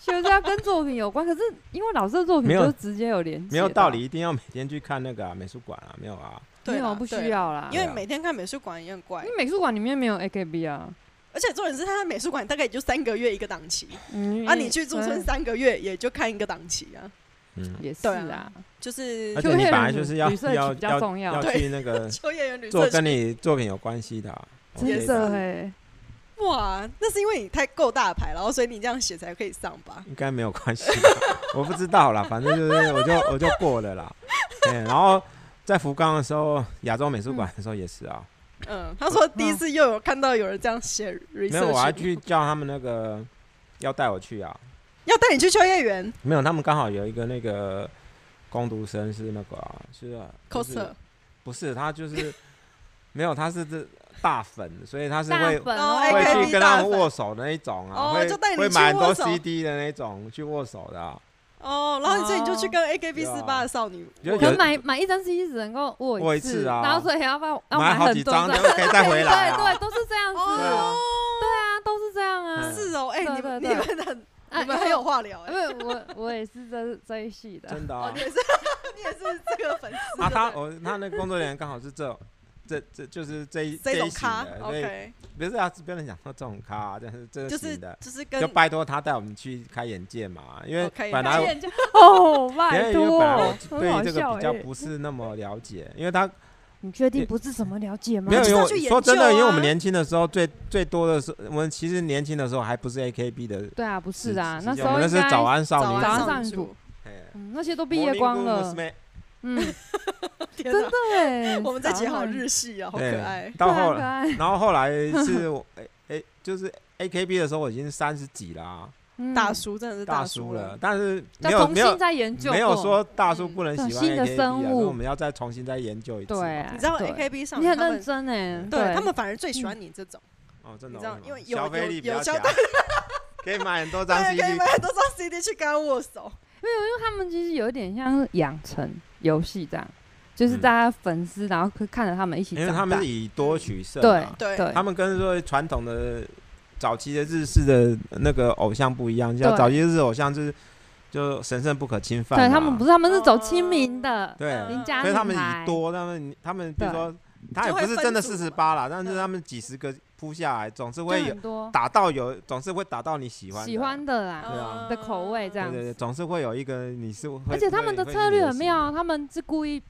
S1: 就是要跟作品有关，可是因为老师的作品
S3: 没有
S1: 就直接有连啊接，
S3: 没有道理，，一定要每天去看那个、啊、美术馆啊，没有啊，
S1: 没
S2: 对
S1: 有
S2: 啦，
S1: 不需
S2: 对啦。
S1: 要啦。
S2: 因
S1: 因
S2: 为
S3: 对啊
S2: 每天看美术馆也很怪
S1: 为，美术馆里面没有 AKB 啊，
S2: 而且重点是他在美术馆大概也就三个月一个档期，
S1: 嗯
S2: 啊，你去驻村三个月也就看一个档期啊，
S3: 嗯，
S1: 也是
S2: 对
S1: 啊
S2: 啊，就是
S3: 而
S1: 就
S3: 且你
S1: 会
S3: 本来
S1: 很
S3: 就是要
S1: 旅社
S3: 要
S1: 比较重要
S3: 要
S2: 对
S3: 去 那 个
S2: 秋叶原旅
S3: 做
S2: 社
S3: 跟你作品有关系的、啊，我觉
S1: 真
S3: 得
S1: 的哎，
S2: 哇，那是因为你太够大牌，然后所以你这样写才可以上吧？
S3: 应该没有关系吧， 我不知道啦，反正就是我就我就过了 啦，嗯，然后在福冈的时候，亚洲美术馆的时候也是啊，
S2: 嗯，他
S1: 哦
S2: 说第一次又有看到有人这样写
S1: 嗯
S2: research，
S3: 没有，我还去叫他们那个要带我去啊。
S2: 要带你去秋叶原
S3: 没有，他们刚好有一个那个工读生是那个、啊、是、啊、就是
S2: coser，
S3: 不是他就是没有，他是这大粉，所以他是
S1: 大
S3: 会
S1: 本
S2: 哦
S3: 会
S2: AKB
S3: 去跟
S2: 大
S3: 他们
S2: 粉
S3: 握手的那一种啊，
S2: 哦
S3: 会
S2: 就带你
S3: 会
S2: 去
S3: 买很
S2: 握
S3: 多
S2: 手
S3: CD 的那种去握手的、啊，
S2: 哦，然后你所以你就去跟 AKB
S3: 对啊
S2: 四八的少女
S3: 就
S2: 握
S1: 可
S3: 有
S1: 能买买一张 CD 只能够握
S3: 握一
S1: 一
S3: 次啊
S1: 然后所以要不要要
S3: 买好
S1: 很
S3: 几
S1: 多
S3: 张就可以再回来、 啊。
S1: 对对，都是这样子，
S3: 对
S1: 对
S3: 啊
S2: 哦，
S1: 啊，都是这样啊。
S3: 嗯
S2: 是哦，哎，你
S1: 对
S2: 们你
S1: 对对
S2: 们很
S1: 啊
S2: 你们很有，话聊
S1: 因
S2: 哎，
S1: 为我我也是这这一系的，
S3: 真的
S2: 哦
S3: 啊
S2: 你！也是 你也是这个粉丝
S3: 啊，他
S2: 对不对
S3: 我他那个工作人员刚好是这种这这就是这一
S2: 这
S3: 一
S2: 种
S3: 型
S2: 咖
S3: 的，所以
S2: ，OK，
S3: 不是啊，不能讲说这种咖、啊，但是这
S2: 就是
S3: 型的。
S2: 就是跟
S3: 就拜托他带我们去开眼界嘛，因为
S2: 哦开眼
S3: 本
S2: 界
S3: 来我
S1: 哦，拜
S3: 因为因为本来
S1: 托
S3: 我，
S1: 很好
S3: 对这个
S1: 笑嗯
S3: 比较
S1: 哎
S3: 不是那么了解，因为他
S1: 你确定不是什么了解吗？
S3: 没有，
S2: 就
S3: 因
S2: 是
S3: 为
S2: 要
S3: 我
S2: 去研
S3: 说真的，
S2: 究
S3: 因为我们
S2: 啊
S3: 年轻的时候最最多的是，我们其实年轻的时候还不是 AKB 的，
S1: 对啊，不是啊，
S3: 时
S1: 那
S3: 期
S1: 时
S3: 我
S1: 候
S3: 们那
S1: 应
S3: 是
S1: 该
S3: 早安少
S2: 早
S3: 女，
S1: 安少
S2: 上
S1: 女
S2: 组
S1: 组，嗯那些都毕业
S3: Morning
S1: 光了
S3: Good，Morning，
S1: 嗯，
S2: 天
S1: 真的
S2: 哪，
S1: 哎，
S2: 我们这集好日
S1: 子，
S2: 系啊，好
S3: 对
S2: 可爱。
S1: 对
S3: 到
S1: 啊
S3: 后
S1: 可
S3: 来，
S1: 爱，
S3: 然后后 来是我哎哎，就是 AKB 的时候，我已经三十几啦、
S1: 嗯
S2: 大叔真的是
S3: 大
S2: 叔
S3: 叔了，，但是没
S1: 要
S3: 有
S1: 嗯重
S3: 没
S1: 新
S3: 有
S1: 再研究过，
S3: 没有说大叔
S2: 嗯
S3: 不能
S1: 对
S3: 喜欢
S1: 新的
S3: AKB
S1: 生
S3: 啊，所以
S1: 物
S3: 我们要再重新再研究一次。
S1: 对啊，
S2: 你知道
S1: 对
S2: AKB 上
S1: 你很
S2: 他
S1: 认
S2: 们
S1: 真哎，
S2: 对他们反而最喜欢你这种，
S3: 哦，真的
S2: 你
S3: 哦，
S2: 知道
S3: 为什
S2: 因为
S3: 么
S2: 有
S3: 消费
S2: 有
S3: 力比较
S2: 有消
S3: 强， 可以买很多 张
S2: 对，可以
S3: CD，
S2: 买很多张 CD 去跟他握手。
S1: 他们其实有点像是养成游戏这样，就是大家粉丝，然后可以看着他们一起
S3: 嗯
S1: 长
S3: 因为
S1: 大。
S3: 他们是以多取胜
S1: 对
S3: 嘛，
S2: 对
S1: 对
S3: 他们跟说传统的早期的日式的那个偶像不一样，像
S1: 对
S3: 早期的日式偶像就是就神圣不可侵犯嘛，
S1: 对他们不是他们是走
S2: 哦
S1: 亲民的，
S3: 对啊
S2: 嗯
S1: 邻家
S3: 所以他们
S1: 女
S3: 以
S1: 孩
S3: 多，他们他们比如
S1: 对
S3: 说他也
S2: 就
S3: 不
S2: 会
S3: 是真
S2: 分
S3: 的四
S2: 组
S3: 十
S2: 嘛
S3: 八啦，但是
S2: 嗯
S3: 他们几十个扑下来，总是
S1: 就
S3: 会有
S1: 很多
S3: 打到有，总是会打到你喜欢的
S1: 喜欢的啦，
S3: 对啊
S2: 嗯
S1: 的口味这样
S3: 对对对，总是会有一个你是会，
S1: 而且他们的
S3: 会
S1: 策略很妙，，啊他们是故意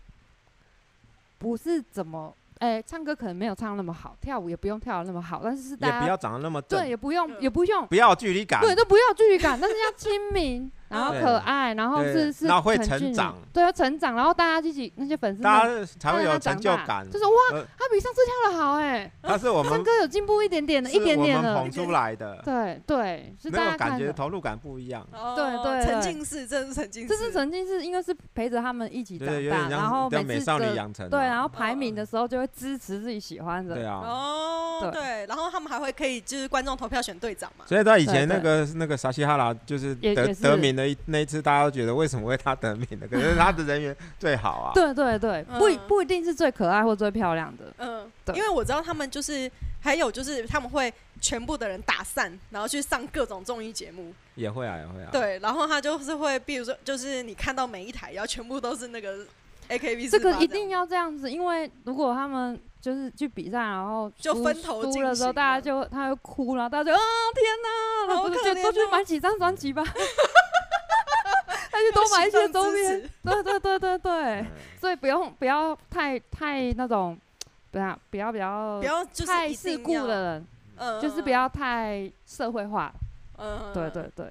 S1: 不是怎么哎、唱歌可能没有唱那么好，跳舞也不用跳的那么好，但是是
S3: 会是你的喜
S1: 大
S3: 欢也不
S1: 家
S3: 要长得那么正，
S1: 对也不用
S2: 嗯
S1: 也不用
S3: 不要有距离感，
S1: 对，都不要距离感，但是要亲民，然后
S3: 对
S1: 可爱，然后
S3: 对
S1: 是是
S3: 然后会
S1: 很
S3: 成
S1: 俊
S3: 长
S1: 对，要成长，然后大家一起那些粉丝们
S3: 大家才
S1: 看
S3: 会
S1: 着
S3: 有
S1: 他
S3: 成
S1: 长
S3: 就
S1: 大
S3: 感。
S1: 就是哇，
S3: 呃
S1: 他比上次跳的好哎，
S3: 他是我们
S1: 唱歌有进步一点点的，
S3: 是
S1: 一点点
S3: 我们
S1: 的
S3: 捧，出来的，
S1: 对对，是
S3: 那
S1: 大
S3: 种
S1: 家
S3: 感
S1: 看
S3: 觉
S1: 的。
S3: 投入感不一样。
S2: 哦
S1: 对对
S2: 沉
S1: 对
S2: 浸式，真的是沉浸式，
S1: 这是曾经是应该是陪着他们一起
S3: 对
S1: 长
S3: 对，有
S1: 大，
S3: 点
S1: 然
S3: 像
S1: 后
S3: 叫
S1: 每
S3: 美
S1: 次
S3: 少女
S1: 的
S3: 养成啊。
S1: 对，然后排名
S2: 嗯
S1: 的时候就会支持自己喜欢
S3: 对
S1: 的，
S3: 啊，
S2: 哦，
S1: 对
S2: 对，然后他们还会可以就是观众投票选队长嘛，
S3: 所以到以前那
S1: 对
S3: 个那个沙西哈拉就是
S1: 也
S3: 得
S1: 也是
S3: 得名的一那一次，大家都觉得为什么会他得名的？可是他的人缘最好啊。
S1: 对对对，
S2: 嗯
S1: 不一不一定是最可爱或最漂亮的，
S2: 嗯，
S1: 对
S2: 因为我知道他们就是还有就是他们会全部的人打散，然后去上各种综艺节目，
S3: 也会啊，也会啊。
S2: 对，然后他就是会，比如说就是你看到每一台，然后全部都是那个 AKB，
S1: 这个
S2: 48
S1: 一定要这样子，因为如果他们就是去比赛，然后
S2: 就
S1: 输
S2: 分头
S1: 输
S2: 进
S1: 了之后，
S2: 行
S1: 大家
S2: 了
S1: 就他就哭，然后大家就啊天哪，
S2: 好
S1: 不是
S2: 可
S1: 就
S2: 怜
S1: 都去
S2: 哦
S1: 买几张专辑 吧，那就
S2: 这样
S1: 多买一些
S2: 行动
S1: 周
S2: 支
S1: 边，
S2: 持
S1: 对对对对对
S3: 嗯，，
S1: 所以不用不要太太那种，不要不要不要
S2: 不要就是
S1: 太
S2: 一
S1: 世
S2: 定
S1: 故
S2: 要，
S1: 的人，
S2: 嗯，
S1: 就是不要太社会化，
S2: 嗯，嗯，
S1: 对
S2: 嗯
S1: 对对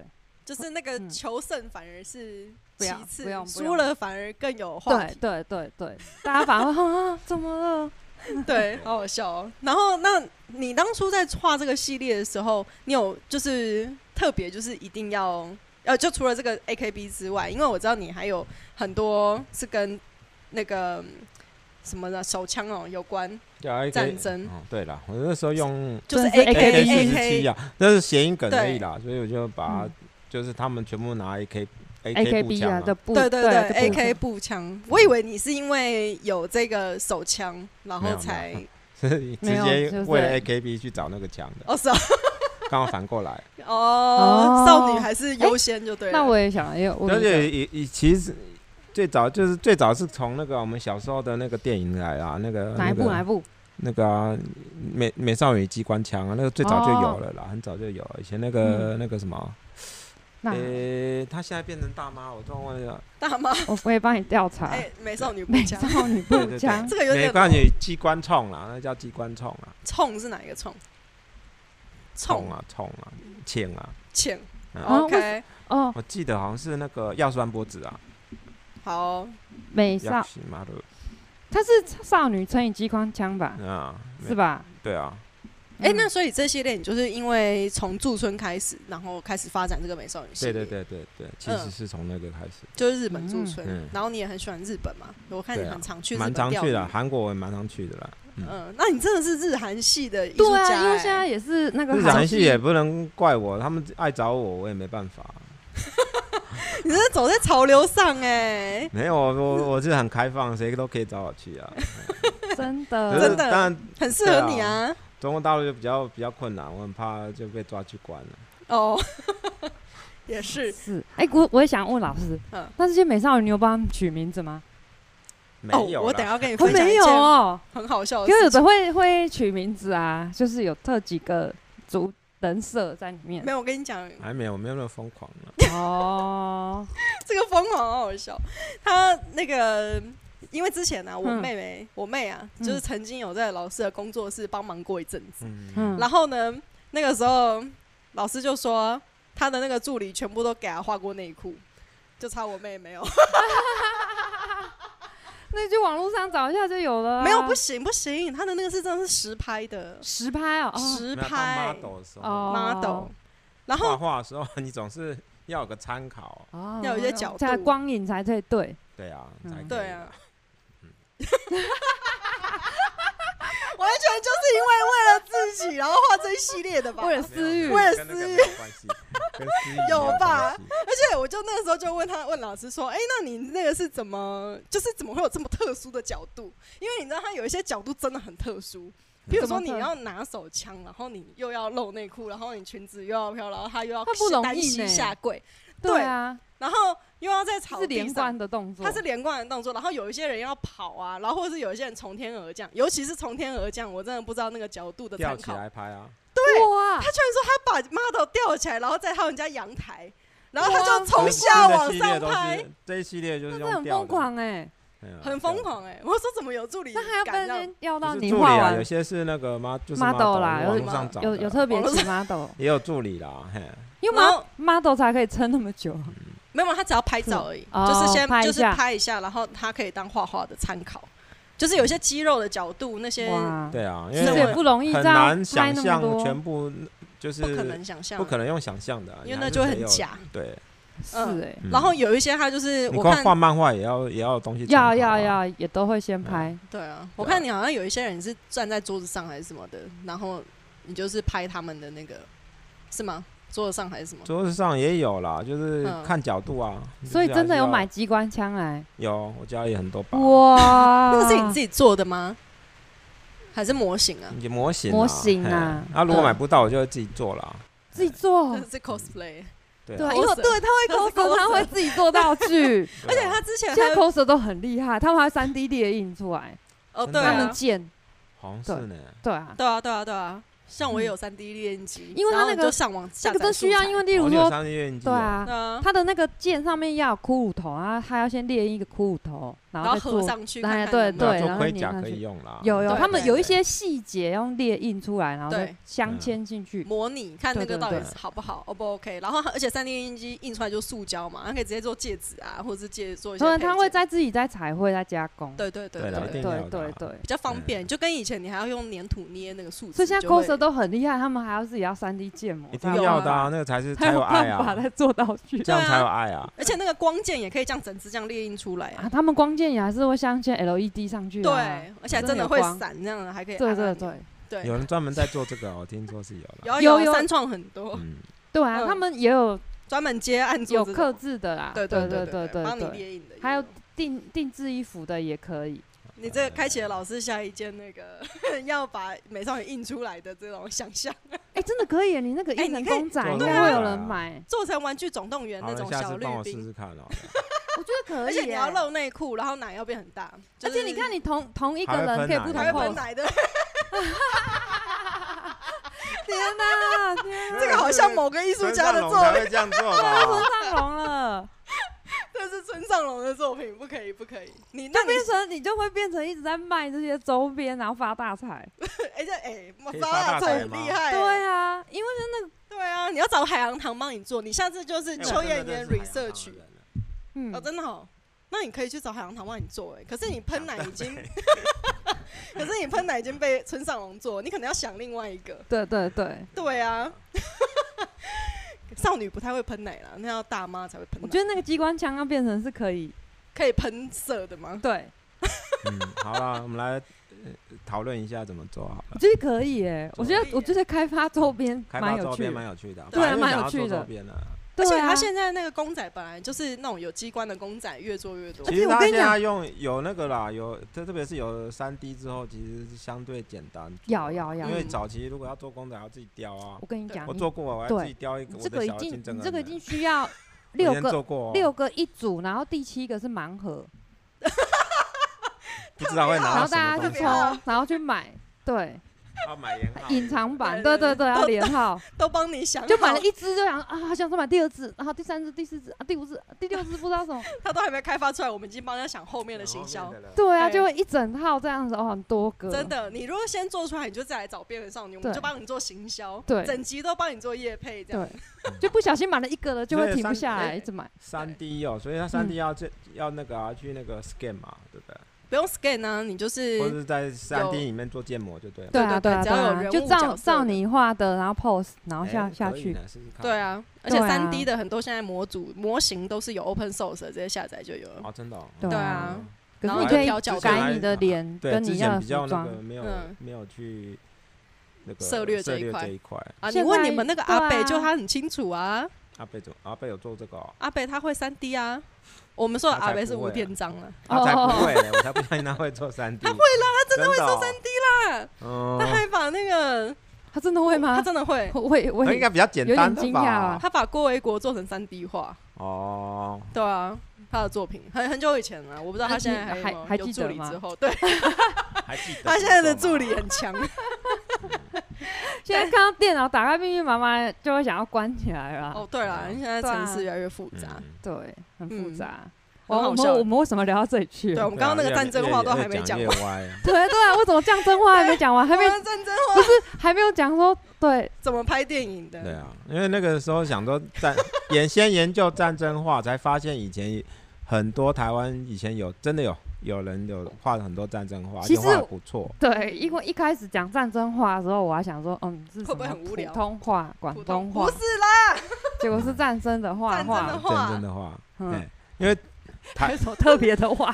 S2: 就是那个
S1: 嗯
S2: 求胜反而是
S1: 不要
S2: 其
S1: 不用不
S2: 次，输
S1: 用
S2: 了反而更有话
S1: 对
S2: 题，
S1: 对对对，大家反而会啊怎么了？
S2: 对，好好笑哦。然后，那你当初在画这个系列的时候，你有就是特别就是一定要呃，就除了这个 A K B 之外，因为我知道你还有很多是跟那个嗯什么的手枪哦有关，
S3: 叫 AK
S2: 战争
S3: 哦，对了，我那时候用
S2: 就是
S1: 真的是
S2: A
S3: AK
S2: K
S3: 四
S2: A
S3: 十七
S2: K
S3: 啊，那是谐音梗而已啦，所以我就
S1: 嗯
S3: 把它就是他们全部拿 AK AK 步
S1: AKB 啊
S3: 枪
S1: 的步
S2: 对对对
S1: 的
S2: ，A
S1: 步
S2: K 步枪。我以为你是因为有这个手枪，然
S3: 没
S2: 后
S3: 有
S2: 才
S3: 没 所以直
S1: 没有
S3: 接
S1: 就是
S3: 为了 AKB 去找那个枪的，
S2: 哦是哦
S3: 刚好反过来。
S2: 哦，少女还是优先就对了。
S1: 那我也想，也我
S3: 而
S1: 也
S3: 且也也其实最早就是最早是从那个我们小时候的那个电影来啊，那个
S1: 想哪一
S3: 那
S1: 部
S3: 个
S1: 哪一部？
S3: 那个啊美美少女机关枪啊，那个最早就有了啦，很早就有了。以前那个那个什么，
S1: 嗯那
S3: 呃，她现在变成大妈，我突然忘记了。
S2: 大妈，
S1: 我我也帮你调查
S2: 哎，美少女步
S1: 啊美
S2: 枪，
S1: 少女
S3: 对
S1: 步
S3: 对
S1: 枪
S3: 对，
S2: 这个有点
S3: 美少女机关冲啦，那叫机关冲啊，
S2: 冲是哪一个冲？
S3: 冲啊冲啊，欠啊。
S2: 浅
S3: 嗯，
S1: 啊为
S2: OK，
S1: 哦，
S3: 我记得好像是那个药酸波子啊，
S2: 好，
S1: 美
S3: 药
S1: 少
S3: 西马鲁
S1: 她是少女乘以机关枪吧？
S3: 啊，
S1: 是吧？
S3: 对啊，
S2: 哎、
S1: 嗯
S2: 那所以这系列你就是因为从驻村开始，然后开始发展这个美少女系
S3: 对
S2: 列，
S3: 对，对对
S2: 嗯
S3: 对，其实是从那个开始，
S2: 就是日本驻村、
S3: 嗯嗯
S2: 然后你也很喜欢日本嘛，我看你
S3: 对啊
S2: 很常去日
S3: 蛮
S2: 本
S3: 常
S2: 钓
S3: 去
S2: 鱼，
S3: 的，啊韩国我也蛮常去的啦。嗯，
S2: 嗯，那你真的是日韩系的艺术
S1: 对
S2: 家、
S1: 啊，因为
S2: 哎
S1: 现在也是那个
S3: 日
S1: 好
S3: 韩系也不能怪我，他们爱找我，我也没办法。
S2: 你真的走在潮流上哎、
S3: 没有，我我我是很开放，谁都可以找我去 啊。
S1: 真
S3: 可
S1: 的
S3: 是
S2: 真的
S3: 当然
S2: 很适合你啊。
S3: 中国大陆就比较比较困难，我很怕就被抓去关了。
S2: 哦， 也是
S1: 是，哎、我我也想问老师，
S2: 嗯
S1: 那这些美少女，你有帮他们取名字吗？
S3: 没
S2: 哦，
S3: 有啦，
S2: 我等一下跟你
S1: 我
S2: 分享一
S1: 没有
S2: 件
S1: 哦，
S2: 很好笑的
S1: 因为
S2: 事
S1: 有
S2: 情
S1: 的。会会取名字啊，就是有特几个族人设在里面
S2: 没。有，我跟你讲，
S3: 还没有，我没有那么疯狂呢。
S1: 哦，
S2: 这个疯狂好好笑。他那个因为之前呢、啊，我
S1: 嗯
S2: 妹妹、我妹啊，就是曾经有在老师的工作室帮忙过一阵子。
S1: 嗯，
S2: 然后呢，那个时候老师就说，他的那个助理全部都给他画过内裤，就差我妹没有。
S1: 那就网络上找一下就有了啊、
S2: 没有，不行不行，他的那个是真的是实拍的，
S1: 实拍哦，哦
S2: 实拍
S3: model 的时候，
S1: 哦
S2: model。然
S3: 画
S2: 后
S3: 画的时候，你总是要有个参考，
S1: 哦，
S2: 要有一些角
S1: 才
S2: 度
S1: 光影才对对，
S3: 对啊，
S1: 嗯
S3: 才可以
S2: 对啊
S3: 啦，
S2: 完全就是因为为了自己，然后画这一系列的吧。
S1: 为了
S3: 没有
S1: 私欲
S3: 没有
S2: 为了
S3: 跟那
S2: 私
S3: 个
S2: 欲
S3: 没有关系，跟私欲没
S2: 有吧
S3: 关系？
S2: 而且我就那个时候就问他，问老师说：“哎、那你那个是怎么，就是怎么会有这么特殊的角度？因为你知道他有一些角度真的很特殊，比如说你
S1: 怎么特
S2: 要拿手枪，然后你又要露内裤，然后你裙子又要飘，然后他又要
S1: 那不容易
S2: 单膝
S1: 呢
S2: 下跪，
S1: 对啊，
S2: 然后又要在草
S1: 是
S2: 地
S1: 连
S2: 上
S1: 贯。”的动作，
S2: 它是连贯的动作，然后有一些人要跑啊，然后或者是有一些人从天而降，尤其是从天而降，我真的不知道那个角度的参
S3: 吊起
S2: 考。
S3: 来拍啊，
S1: 对哇
S2: 他，居然说他把 model 吊起来，然后在他们家阳台，然后他就从
S3: 这
S2: 下
S3: 这
S2: 往
S3: 系列
S2: 上
S3: 都
S2: 拍
S3: 是，这一系列就
S1: 那
S3: 是
S1: 真的
S3: 用
S1: 很
S3: 吊的
S1: 疯，狂哎，
S3: 对啊
S2: 很疯。狂哎、 我说怎么有助理
S1: 那还要
S2: 敢
S1: 跟
S2: 让
S1: 人要
S3: 吊
S1: 到
S3: 不是
S1: 你
S3: 助
S1: 画
S3: 理啊，有
S1: 完，
S3: 些是那个妈就是
S1: model 啦有
S3: 网络上找的
S1: 有有特别
S2: 网络
S1: 请 model，
S3: 也有助理啦，嘿，
S1: 因为
S2: 然后
S1: model 才可以撑那么久，
S2: 没有，他只要拍
S3: 嗯
S2: 照而已，
S1: 哦
S2: 就是先
S1: 拍一下
S2: 就是拍一下，然后他可以当画画的参考，就是有一些肌肉的角度那些
S1: 哇，
S3: 对啊，
S1: 其
S3: 因
S1: 实
S3: 为
S1: 也不容易，
S3: 很
S1: 这样
S3: 难
S1: 拍
S3: 想
S1: 那
S3: 象
S1: 么多，
S3: 全部就是
S2: 不可能想象，
S3: 不可能用想象的啊，
S2: 因为
S3: 你
S2: 那
S3: 还
S2: 就是
S3: 得
S2: 很
S3: 有。
S2: 假。
S3: 对，
S1: 是哎，
S3: 嗯
S2: 然后有一些他就是
S3: 你
S2: 我
S3: 光
S2: 看
S3: 画漫画也要也要有东西参考
S1: 要
S3: 啊，嗯
S1: 要要，也都会先拍，
S2: 对啊，我看你好像有一些人是站在桌子上还是什么的，然后你就是拍他们的那个是吗？桌子上还是什么？
S3: 桌子上也有啦，就是
S2: 嗯
S3: 看角度啊。
S1: 所以
S3: 就是还是
S1: 真的有
S3: 要
S1: 买机关枪来，
S3: 有，我家里很多把
S1: 哇，
S3: 啊
S2: 那个是你自己做的吗？还是模型啊？
S3: 也模型
S1: 模型啊
S3: 啊。嘿啊，如果
S2: 嗯
S3: 买不到，我就会自己做啦。
S1: 自己做
S2: 那， 是 cosplay，
S3: 对
S1: 对
S3: 啊，
S1: 因为对他会抠手，他会自己做道 具。
S3: 而且
S2: 他之前
S1: 现在
S2: 还有
S1: 抠手都很厉害，他们还三 D 列印出来，
S2: 哦，对
S3: 真的
S1: 他
S2: 啊
S1: 们，剪，
S3: 好像是呢，
S1: 对啊，
S2: 对啊，对啊，对啊，像我也有三 D 练级，
S1: 嗯因为它
S2: 然后
S1: 那
S2: 你
S1: 个
S2: 就上网下
S1: 这
S2: 载
S1: 个真需要，
S2: 素材
S1: 因为例如
S3: 哦你有
S1: 说，
S3: 商业印记
S1: 对
S3: 哦，
S1: 啊
S2: 对，啊，
S1: 他的那个剑上面要有骷髅头啊，他要先列印一个骷髅头，然
S2: 然
S1: 后再
S2: 后合
S1: 做。
S2: 上去
S1: 对
S2: 看看
S1: 对
S2: 有没有
S3: 那
S1: 对然
S3: 做
S1: 后
S3: 盔
S1: 粘
S3: 甲
S1: 上
S3: 可
S1: 去
S3: 以用啦。
S1: 有有，
S2: 对
S1: 他们
S2: 对
S1: 有一
S2: 对
S1: 些细节要用列印出来，然后再
S2: 对
S1: 镶嵌进
S3: 嗯
S1: 去。
S2: 模拟看那个
S1: 对对
S2: 到底
S3: 对
S2: 是好不好，O 不 OK？然后它而且三 D 印机印出来就塑胶嘛，它可以直接做戒指啊，或者是戒做一些
S1: 所以
S2: 配件。
S1: 他会再自己再彩绘、再加工。
S2: 对对对
S3: 对啦一
S2: 对
S3: 定
S2: 对，
S3: 要
S1: 对
S3: 的
S1: 对
S3: 啊
S1: 对，
S2: 比较方便，就跟以前你还要用粘土捏那个树枝，
S1: 所以现在
S2: 就会
S1: coser 都很厉害，他们还要自己要三 D 建模，
S3: 一定
S1: 才有
S3: 要
S1: 办
S3: 的啊，那个才是
S1: 法才
S3: 才
S1: 有
S3: 有爱
S1: 办法
S3: 啊，
S1: 再做道具。
S3: 这样才有爱啊。
S2: 而且那个光剑也可以这样整只这样列印出来
S1: 啊，
S2: 啊。
S1: 他们光剑也还是会镶嵌 LED 上去、啊。
S2: 对，而且还真的会
S1: 真的有光
S2: 闪，这样的还可以
S1: 对
S2: 按
S1: 对
S2: 按钮。
S1: 对
S2: 对啊
S3: 有人专门在做这个哦，我听说是有了。
S2: 有
S1: 有
S2: 有
S1: 有
S2: 三创很多
S3: 嗯，
S1: 对啊，
S2: 嗯
S1: 他们也有
S2: 专门接案做
S1: 有
S2: 这种
S1: 刻制的
S3: 啊
S1: 啦，
S2: 对
S1: 对
S2: 对
S1: 对
S2: 帮你
S1: 对，
S2: 列印的也。
S1: 还有定定制衣服的也可以。
S2: 你这开启了老师下一件那个 要把美少女印出来的这种想象，
S1: 哎、真的可以耶，你那个
S2: 哎
S1: 印成
S2: 你可以
S1: 公仔
S3: 做
S1: 应
S3: 出
S1: 该会
S3: 来
S1: 有人
S3: 啊
S1: 买，
S2: 做成玩具总动员
S3: 好
S2: 那
S3: 了，
S2: 种
S3: 下
S2: 小
S3: 次帮
S2: 绿
S3: 我试
S2: 兵，
S3: 试看 哦。
S1: 我觉得可
S2: 而
S1: 以。
S2: 且你要，露内裤，然后奶要变很大，
S1: 而且你看你同同一个
S3: 还会
S1: 人
S3: 喷
S1: 可以
S3: 奶
S1: 不同
S2: 还会啊喷
S1: pose。
S2: 奶的，
S1: 天哪，天
S2: 这个好像某个艺术家的作品，
S3: 会 这样做
S1: 哪，
S3: 吧？哎
S1: 上龙了，
S2: 这是村上隆的作品，不可以不可以。你
S1: 就
S2: 那你
S1: 变成你就会变成一直在卖这些周边，然后发大财。
S2: 而且哎，
S3: 可以
S2: 扎
S3: 发大
S2: 大菜
S3: 财
S2: 很
S3: 吗
S2: 厉害，
S1: 对啊，因为真的，
S2: 对啊，你要找海洋堂帮你做，你下次就是秋叶原 research
S1: 嗯，
S2: 哦，真的好。那你可以去找海洋堂帮你做，哎，可是你喷奶已 经， 可是你喷奶已经被村上隆做，你可能要想另外一个。
S1: 对对对，
S2: 对啊， 少女不太会喷奶啦，那要大妈才会喷
S1: 我
S2: 奶。
S1: 觉得那个机关枪要变成是可以，
S2: 可以喷射的吗？
S1: 对，
S3: 嗯，好啦，我们来呃讨论一下怎么做好
S1: 我
S3: 了。
S1: 觉得可以耶。我觉
S2: 可以
S1: 得
S2: 耶
S1: 我觉得开发周边
S3: 开
S1: 蛮
S3: 发
S1: 有
S3: 周
S1: 趣
S3: 边蛮
S1: 的，
S3: 有趣的啊，
S1: 对
S3: 本来就
S1: 蛮有
S3: 想要做
S1: 趣的
S3: 周边的。
S2: 而且
S1: 对啊
S2: 他，现在那个公仔本来就是那种有机关的公仔，越做越多
S1: 而
S3: 其。
S1: 且
S3: 实
S1: 我
S3: 它
S1: 跟
S3: 现
S1: 你讲
S3: 在用有那个啦，有特特别是有三 D 之后，其实是相对简单做
S1: 要
S3: 啊。
S1: 要要
S3: 因为早期如果要做公仔，要自己雕啊
S1: 我。跟你讲，
S3: 我
S1: 你
S3: 做过啊，我
S1: 对
S3: 还自己雕一个
S1: 你
S3: 我
S1: 这个
S3: 的
S1: 已
S3: 小
S1: 经
S3: 金针
S1: 你
S3: 呢。
S1: 这个已经需要
S3: 我
S1: 六
S3: 先
S1: 个
S3: 做过哦，
S1: 六个一组，然后第七个是盲盒，
S3: 不知道会
S1: 然
S3: 拿
S1: 后
S3: 到啊什么
S1: 大家
S3: 东
S1: 去
S3: 西
S1: 抽，然后去买，对，
S3: 要买盐号
S1: 隐藏版，
S2: 对
S1: 对对
S2: 对
S1: 对，要连 号，
S2: 都帮你想好，
S1: 就买了一只就想啊，好想说买第二只，然后第三只、第四只啊、第五只、第六只不知道 什么，
S2: 他都还没开发出来，我们已经帮他想后面的行销。
S1: 对啊，
S2: 对
S1: 就会一整套这样子哦，很多个，
S2: 真的，你如果先做出来，你就再来找边缘少女，我们
S1: 对
S2: 就帮你做行销，
S1: 对
S2: 整集都帮你做业配，这样
S1: 对，就不小心买了一个了，就会停不下
S3: 所以哎
S1: 来，
S2: 三
S1: 一直买，
S3: 三 D 哦，所以它三
S1: 嗯
S3: D 要这要那个啊，去那个 scan 嘛，对不对？
S2: 不用 scan 呢、你就是
S3: 或者是在三 D 里面做建模就对了。
S2: 对
S1: 啊
S2: 对
S1: 对啊
S2: 只
S1: 对
S2: 要有
S1: 啊，
S2: 人物
S1: 就
S2: 角
S1: 照
S2: 色
S1: 照
S2: 的
S1: 你画的，然后 pose，然后下
S3: 哎
S1: 下
S3: 可以
S1: 去，
S3: 呢试试看
S2: 对啊，而且
S1: 对啊
S2: 三 D 的很多现在模组模型都是有 open source 的，直接下载就有了。
S3: 哦，真的哦。
S1: 对
S2: 对啊
S3: 嗯
S1: 可
S2: 然
S1: 是
S2: 后
S1: 你可
S2: 就调
S1: 以
S2: 角度啊
S1: 改你的脸
S3: 对，
S1: 跟
S3: 之
S1: 你要
S3: 前
S1: 的
S3: 比
S1: 服
S3: 较那
S1: 装
S3: 个，没有
S2: 嗯
S3: 没有去那个
S2: 涉猎这一块
S3: 这一块。
S2: 啊，你
S1: 现
S2: 问
S1: 在
S2: 你们那个
S1: 对
S2: 阿北，
S1: 啊
S2: 就他很清楚啊，
S3: 阿贝总阿贝有做这个哦，
S2: 阿北他会三 D 啊。我们说的
S3: 他才
S2: 阿北是
S3: 不
S2: 吴
S3: 会啊
S2: 天章了，
S3: 他才不会嘞，我才不相信他会做三 D。他会啦，他真的会做三 D 啦。
S2: 他
S3: 嗯，
S2: 还把那个
S1: 他真的会
S2: 他
S1: 吗？
S2: 真的会，
S1: 我 我也我
S3: 那
S1: 也
S3: 哎应该比较简
S1: 有
S3: 单
S1: 点
S3: 的
S1: 惊 讶
S3: 吧
S1: 啊？
S2: 他把郭维国做成三 D 化，
S3: 哦，
S2: 对啊，他的作品很很久以前了，我不知道他现在还有没有
S1: 还还
S2: 有
S1: 记
S2: 助
S1: 得
S2: 理
S1: 吗
S2: 之后，对
S3: 还记得
S2: 他现在的
S3: 不
S2: 助
S3: 错嘛
S2: 理 很强，
S1: 现在看到电脑打开密密麻麻，就会想要关起来了。
S2: 哦，对了，现在
S1: 对啊
S2: 城市越来越复杂，
S3: 嗯
S1: 对，很复
S2: 嗯
S1: 杂。
S2: 很
S1: 哇
S2: 好
S1: 我
S2: 笑
S1: 们我们为什么聊到这里去
S2: 对，
S1: 了？
S2: 我们刚刚那个战争话都还没
S3: 讲
S2: 完，
S3: 完。
S1: 对对啊，我怎么讲真话还没讲完，还没
S2: 我们战争
S1: 不是还没有讲说对
S2: 怎么拍电影的？
S3: 对啊，因为那个时候想说战，啊研先研究战争画，才发现以前很多台湾以前有真的有有人有画很多战争画，而
S1: 其
S3: 且
S1: 实
S3: 画得不错。
S1: 对，因为一开始讲战争话的时候，我还想说嗯是
S2: 会
S1: 什
S2: 不会
S1: 么
S2: 很无
S1: 普
S2: 聊
S1: 通话、广
S2: 普
S1: 东
S2: 通
S1: 话
S2: 不，是啦，
S1: 结果是战争的话
S2: 战争
S1: 话
S2: 的，画
S3: 战争的画，
S1: 嗯
S3: 哎，因为
S1: 还有什么特别的话？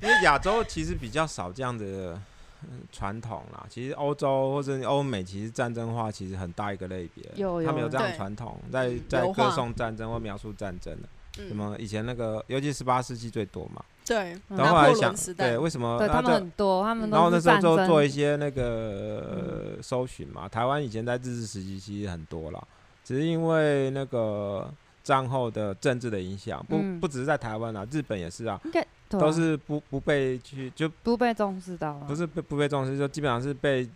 S3: 因为亚洲其实比较少这样的嗯传统啦，其实欧洲或者欧美其实战争画其实很大一个类别，
S1: 有
S3: 他们
S1: 有
S3: 有这样的
S2: 对
S3: 传统，在
S2: 嗯
S3: 在
S2: 油
S3: 歌
S2: 画
S3: 颂战争或描述战争的，什
S2: 嗯，
S3: 么以前那个，尤其十八世纪最多嘛，
S2: 对，
S1: 嗯
S3: 然后
S2: 拿
S3: 后来
S2: 破
S3: 想
S2: 仑时，代
S3: 对，为什么
S1: 对
S3: 呃那
S1: 他们
S3: 这
S1: 很多，他们
S3: 然后
S1: 都
S3: 那
S1: 是
S3: 时候
S1: 战
S3: 就
S1: 争。嗯
S3: 做一些那个、呃搜寻嘛，台湾以前在日治时期其实很多啦，只是因为那个战后的政治的影响，不、
S1: 嗯
S3: 不只是在台湾啦，日本也是啊，
S1: 应该对啊
S3: 都是不不被去就
S1: 不被重视到啊，
S3: 不是被不被重视，就基本上是被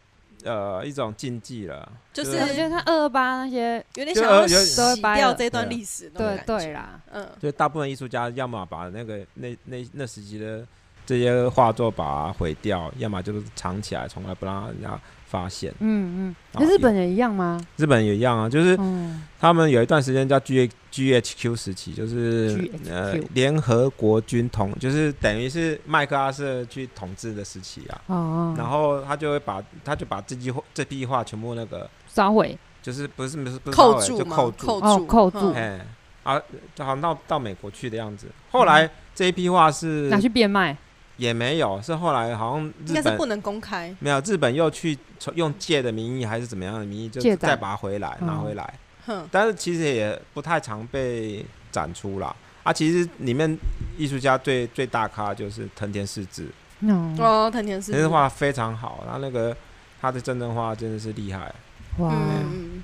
S3: 呃一种禁忌了，啊
S2: 就是
S1: 对？我觉得他二二八那些，
S2: 有点
S3: 就
S2: 想要
S3: 呃有
S2: 洗掉这段
S3: 对啊
S2: 历史，
S1: 对对，啦，
S2: 嗯，
S3: 就大部分艺术家要么把那个那那那时期的这些画作把它毁掉，要么就是藏起来，从来不让人家发现。
S1: 嗯嗯，
S3: 啊
S1: 那日本也一样吗？
S3: 日本也一样啊，就是
S1: 嗯，
S3: 他们有一段时间叫 G G H Q 时期，就是呃
S1: GHQ
S3: 联合国军统，就是等于是麦克阿瑟去统治的时期啊。
S1: 哦，
S3: 然后他就会把他就把这句话这批话全部那个
S1: 烧毁，
S3: 就是不是不是不是
S2: 扣
S3: 烧毁
S2: 住
S3: 就
S2: 嘛，
S3: 扣
S2: 扣
S3: 住，
S1: 哦
S2: 住，
S1: 扣住
S2: 嗯
S3: 哎啊，就好像到到美国去的样子。后来这一批话是
S1: 拿去变卖，
S3: 也没有，是后来好像
S2: 应
S3: 日
S2: 该是
S3: 本
S2: 不能公开，
S3: 没有日本又去从用借的名义还是怎么样的名义，就
S1: 借
S3: 再
S1: 贷
S3: 把它回来拿回来。
S2: 哼，
S3: 但是其实也不太常被展出啦。啊，其实里面艺术家最最大咖就是藤田世治，嗯
S1: 哦，
S2: 哦，藤田是
S3: 藤田画非常好，然后那个他的真正画真的是厉害
S1: 哇，
S2: 嗯嗯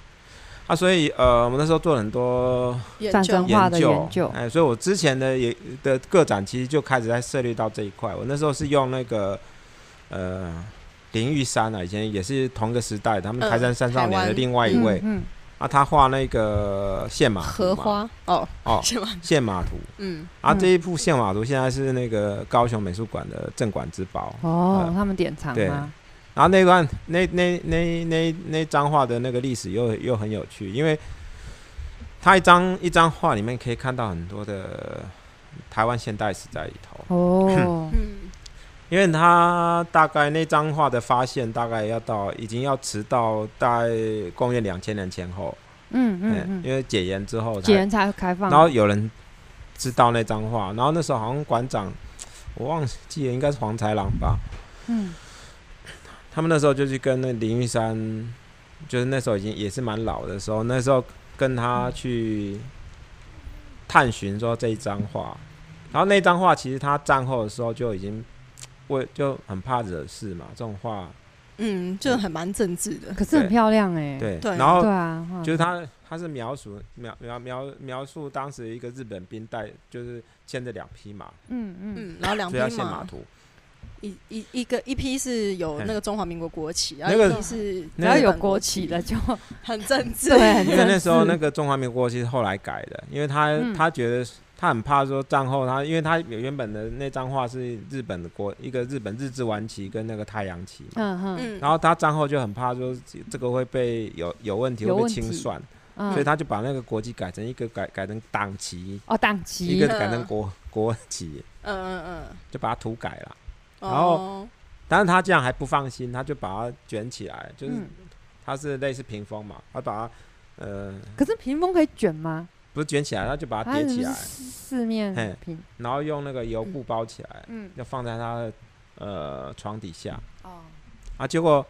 S3: 啊，所以呃，我们那时候做了很多
S2: 嗯，研
S1: 战
S2: 究
S1: 争
S3: 研
S1: 画
S3: 究，
S1: 的研究
S3: 哎，所以我之前的也的个展其实就开始在涉猎到这一块。我那时候是用那个呃林玉山啊，以前也是同一个时代，他们
S2: 嗯
S3: 台山山少
S2: 台
S3: 年
S2: 湾
S3: 的另外一
S1: 呃嗯
S3: 位、
S1: 嗯，
S3: 啊，他画那个线马
S2: 荷
S3: 图嘛
S2: 花哦，
S3: 哦，
S2: 是吗？
S3: 线马图。
S2: 嗯，
S3: 啊，
S1: 嗯
S3: 这一幅线马图现在是那个高雄美术馆的镇馆之宝。
S1: 哦
S3: 呃，
S1: 他们典藏
S3: 对
S1: 吗？
S3: 然后那段那那那那那张画的那个历史又又很有趣，因为它一张一张画里面可以看到很多的台湾现代史在里头。
S1: 哦，
S2: 嗯，
S3: 因为它大概那张画的发现大概要到已经要迟到大概公元两千年前后，
S1: 嗯
S3: 嗯，
S1: 嗯嗯，
S3: 因为解严之后
S1: 几
S3: 才
S1: 人才开放？
S3: 然后有人知道那张画，然后那时候好像馆长，我忘记了，应该是黄才郎吧。
S1: 嗯，
S3: 他们那时候就去跟那林玉山，就是那时候已经也是蛮老的时候，那时候跟他去探寻说这一张画，然后那张画其实他战后的时候就已经为就很怕惹事嘛，这种画
S2: 嗯，就很蛮政治的，
S1: 可是很
S3: 对
S1: 漂亮哎，
S3: 对，
S2: 对啊
S3: 然后
S1: 对啊，哇
S3: 就是他，他是描述描描描描述当时一个日本兵带，就是牵着两匹马，
S1: 嗯嗯，
S2: 嗯，然后两匹
S3: 所以要献马
S2: 马，
S3: 图。
S2: 一一一个一批是有那个中华民国国旗，然后
S3: 那个
S2: 一批是
S1: 只要
S2: 日
S1: 有
S2: 本
S1: 国旗的就
S2: 很政治，
S1: 对，
S3: 因为那时候那
S1: 个
S3: 个中华民国其实后来改的，因为他、
S1: 嗯
S3: 他觉得他很怕说战后他，因为他原本的那张画是日本的国一个日本日治晚期跟那个太阳旗嘛，
S1: 嗯嗯
S2: 嗯，
S3: 然后他战后就很怕说这个会被有有问题
S1: 有
S3: 会被
S1: 问题
S3: 清算，
S1: 嗯，
S3: 所以他就把那个国旗改成一个改改成党旗，
S1: 哦党
S3: 一
S1: 旗
S3: 个改成国国旗，
S2: 嗯嗯嗯，
S3: 就把它涂改了。然后
S2: 哦，
S3: 但是他这样还不放心，他就把它卷起来，就是
S1: 嗯
S3: 它是类似屏风嘛，他把它呃
S1: 可是屏风可以卷吗？
S3: 不是卷起来，他就把它
S1: 它是
S3: 叠起
S1: 不
S3: 来
S1: 是，四四面
S3: 嘿
S1: 屏？
S3: 然后用那个油布包起来，
S1: 嗯，
S3: 就放在他的呃床底下
S1: 哦，
S3: 啊。结果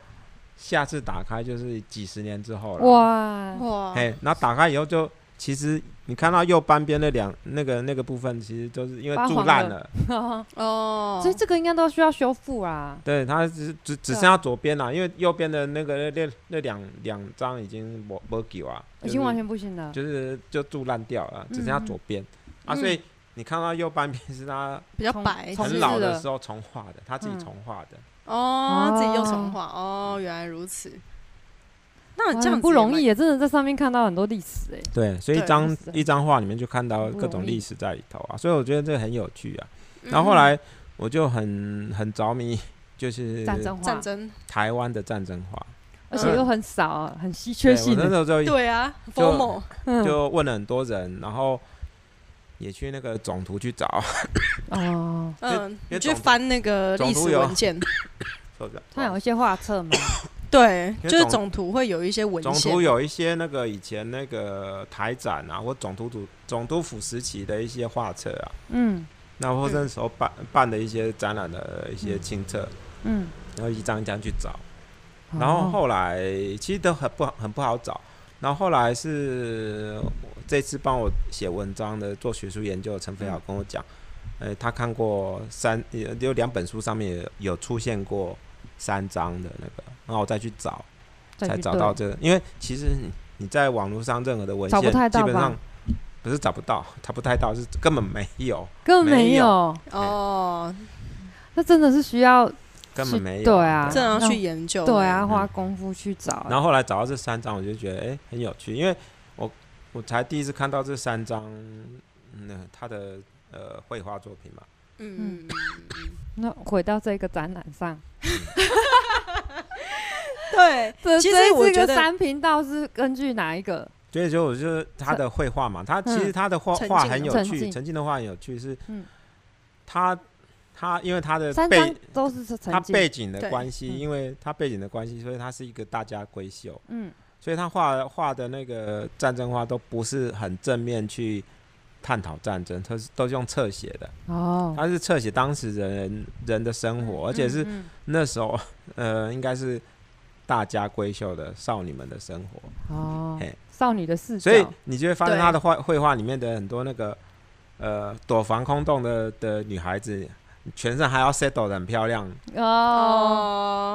S3: 下次打开就是几十年之后了，！
S1: 哇，
S2: 哇，
S3: 嘿，然后打开以后就其实你看到右半边那两那个那个部分，其实都是因为
S1: 发
S3: 蛀
S1: 黄
S3: 烂
S1: 了
S3: 了，
S2: 哦，
S1: 所以这个应该都需要修复啊。
S3: 对，它只是只只
S1: 对啊
S3: 剩下左边了，因为右边的那个那那那两两张已经没没救啊，
S1: 已经完
S3: 全。
S1: 全不行了。
S3: 就是就蛀烂掉了，只剩下左边、啊，
S1: 嗯
S3: 所以你看到右半边是他
S2: 比较
S1: 从
S2: 白，
S1: 从
S3: 很
S1: 重
S3: 老
S1: 置
S3: 的
S1: 了嗯
S3: 时候重画的，他自己重画的，
S2: 哦，自己又
S1: 哦
S2: 重画，哦，原来如此，那
S1: 哇
S2: 这样
S1: 很
S2: 子
S1: 不
S2: 也
S1: 容
S2: 蛮
S1: 易耶，真的在上面看到很多历史哎。
S3: 对，所以一
S2: 对
S3: 张
S1: 是的
S3: 一张画里面就看到
S1: 很不
S3: 各种
S1: 容易嗯
S3: 历史在里头啊，所以我觉得这很有趣啊。然后后来我就很很着迷， 就是
S1: 战争嗯
S2: 嗯
S1: 画
S2: 战，争，
S3: 台湾的战争画，
S1: 而且又很少啊，很稀缺
S3: 对我
S1: 性
S3: 那
S1: 的。
S3: 时候就
S2: 对啊，formal，
S1: 嗯
S3: 就问了很多人，然后也去那个总图去找，啊
S1: 哦，
S2: 嗯，
S3: 因为
S2: 你去
S3: 总
S2: 翻那个
S3: 总
S2: 历
S3: 图
S2: 史
S3: 有
S2: 文 件，
S3: 说不了
S1: 它有一些画册嘛，
S2: 对，
S3: 因为
S2: 就是
S3: 总
S2: 总图会有一些文
S3: 总
S2: 献
S3: 图，有一些那个以前那个台展啊，或总督组总督府时期的一些画册啊，
S1: 嗯
S3: 那或者那时候办、办的一些展览的一些清册，
S1: 嗯。
S3: 然后一张一张去找，然后
S1: 哦
S3: 后来其实都很不好很不好找，然后后来是我这次帮我写文章的做学术研究的陈飞豪跟我讲，
S1: 嗯
S3: 呃，他看过三呃有两本书上面有有出现过三张的那个，然后我再去找，
S1: 再
S3: 才
S1: 去
S3: 找
S1: 对
S3: 到这个。因为其实你你在网络上任何的文
S1: 找不
S3: 献，
S1: 太
S3: 基
S1: 到
S3: 本
S1: 吧
S3: 上不是找不到，找不太到，是根本没有，
S1: 根本
S3: 没
S1: 没
S3: 有
S1: 有，
S2: 哦，
S1: 那真的是需要
S3: 根
S1: 是
S3: 本没有。
S1: 对啊
S2: 这样
S1: 那
S2: 去研究，欸
S1: 对啊，
S3: 嗯
S1: 花功夫去找。啊
S3: 然后后来找到这三张，我就觉得哎、诶很有趣，因为我我才第一次看到这三张，嗯，他的呃绘画作品嘛。
S2: 嗯，嗯，嗯
S1: 那回到这个展览上，
S2: 对，
S1: 这
S2: 其实
S1: 这
S2: 我
S1: 这
S2: 觉
S1: 个
S2: 得
S1: 三频道是根据哪一个？
S3: 所以说，我就是他的绘画嘛，他其实他的画
S2: 沉
S3: 画
S2: 浸
S3: 很
S2: 的
S1: 嗯
S3: 有
S1: 沉
S3: 趣，
S1: 浸
S3: 陈静的画很有趣，是
S1: 嗯
S3: 他他因为他的
S1: 三张
S3: 背
S1: 都是沉
S3: 他
S1: 浸。
S3: 背景的
S2: 对
S3: 关系，
S1: 嗯
S3: 因为他背景的关系，所以他是一个大家闺秀。
S1: 嗯
S3: 所以他画画的那个战争画都不是很正面去探讨战争，他是都是用侧写的，
S1: 哦，
S3: 他是侧写当时人人的生活，而且是
S1: 嗯
S3: 那时候 呃应该是大家闺秀的少女们的生活，
S1: 嗯哦
S3: 嘿，
S1: 少女的视角
S3: 所，以你就会发现
S2: 对
S3: 他的画绘画里面的很多那个呃躲防空洞的的女孩子。全身还要 settle 的很漂亮，
S1: 哦，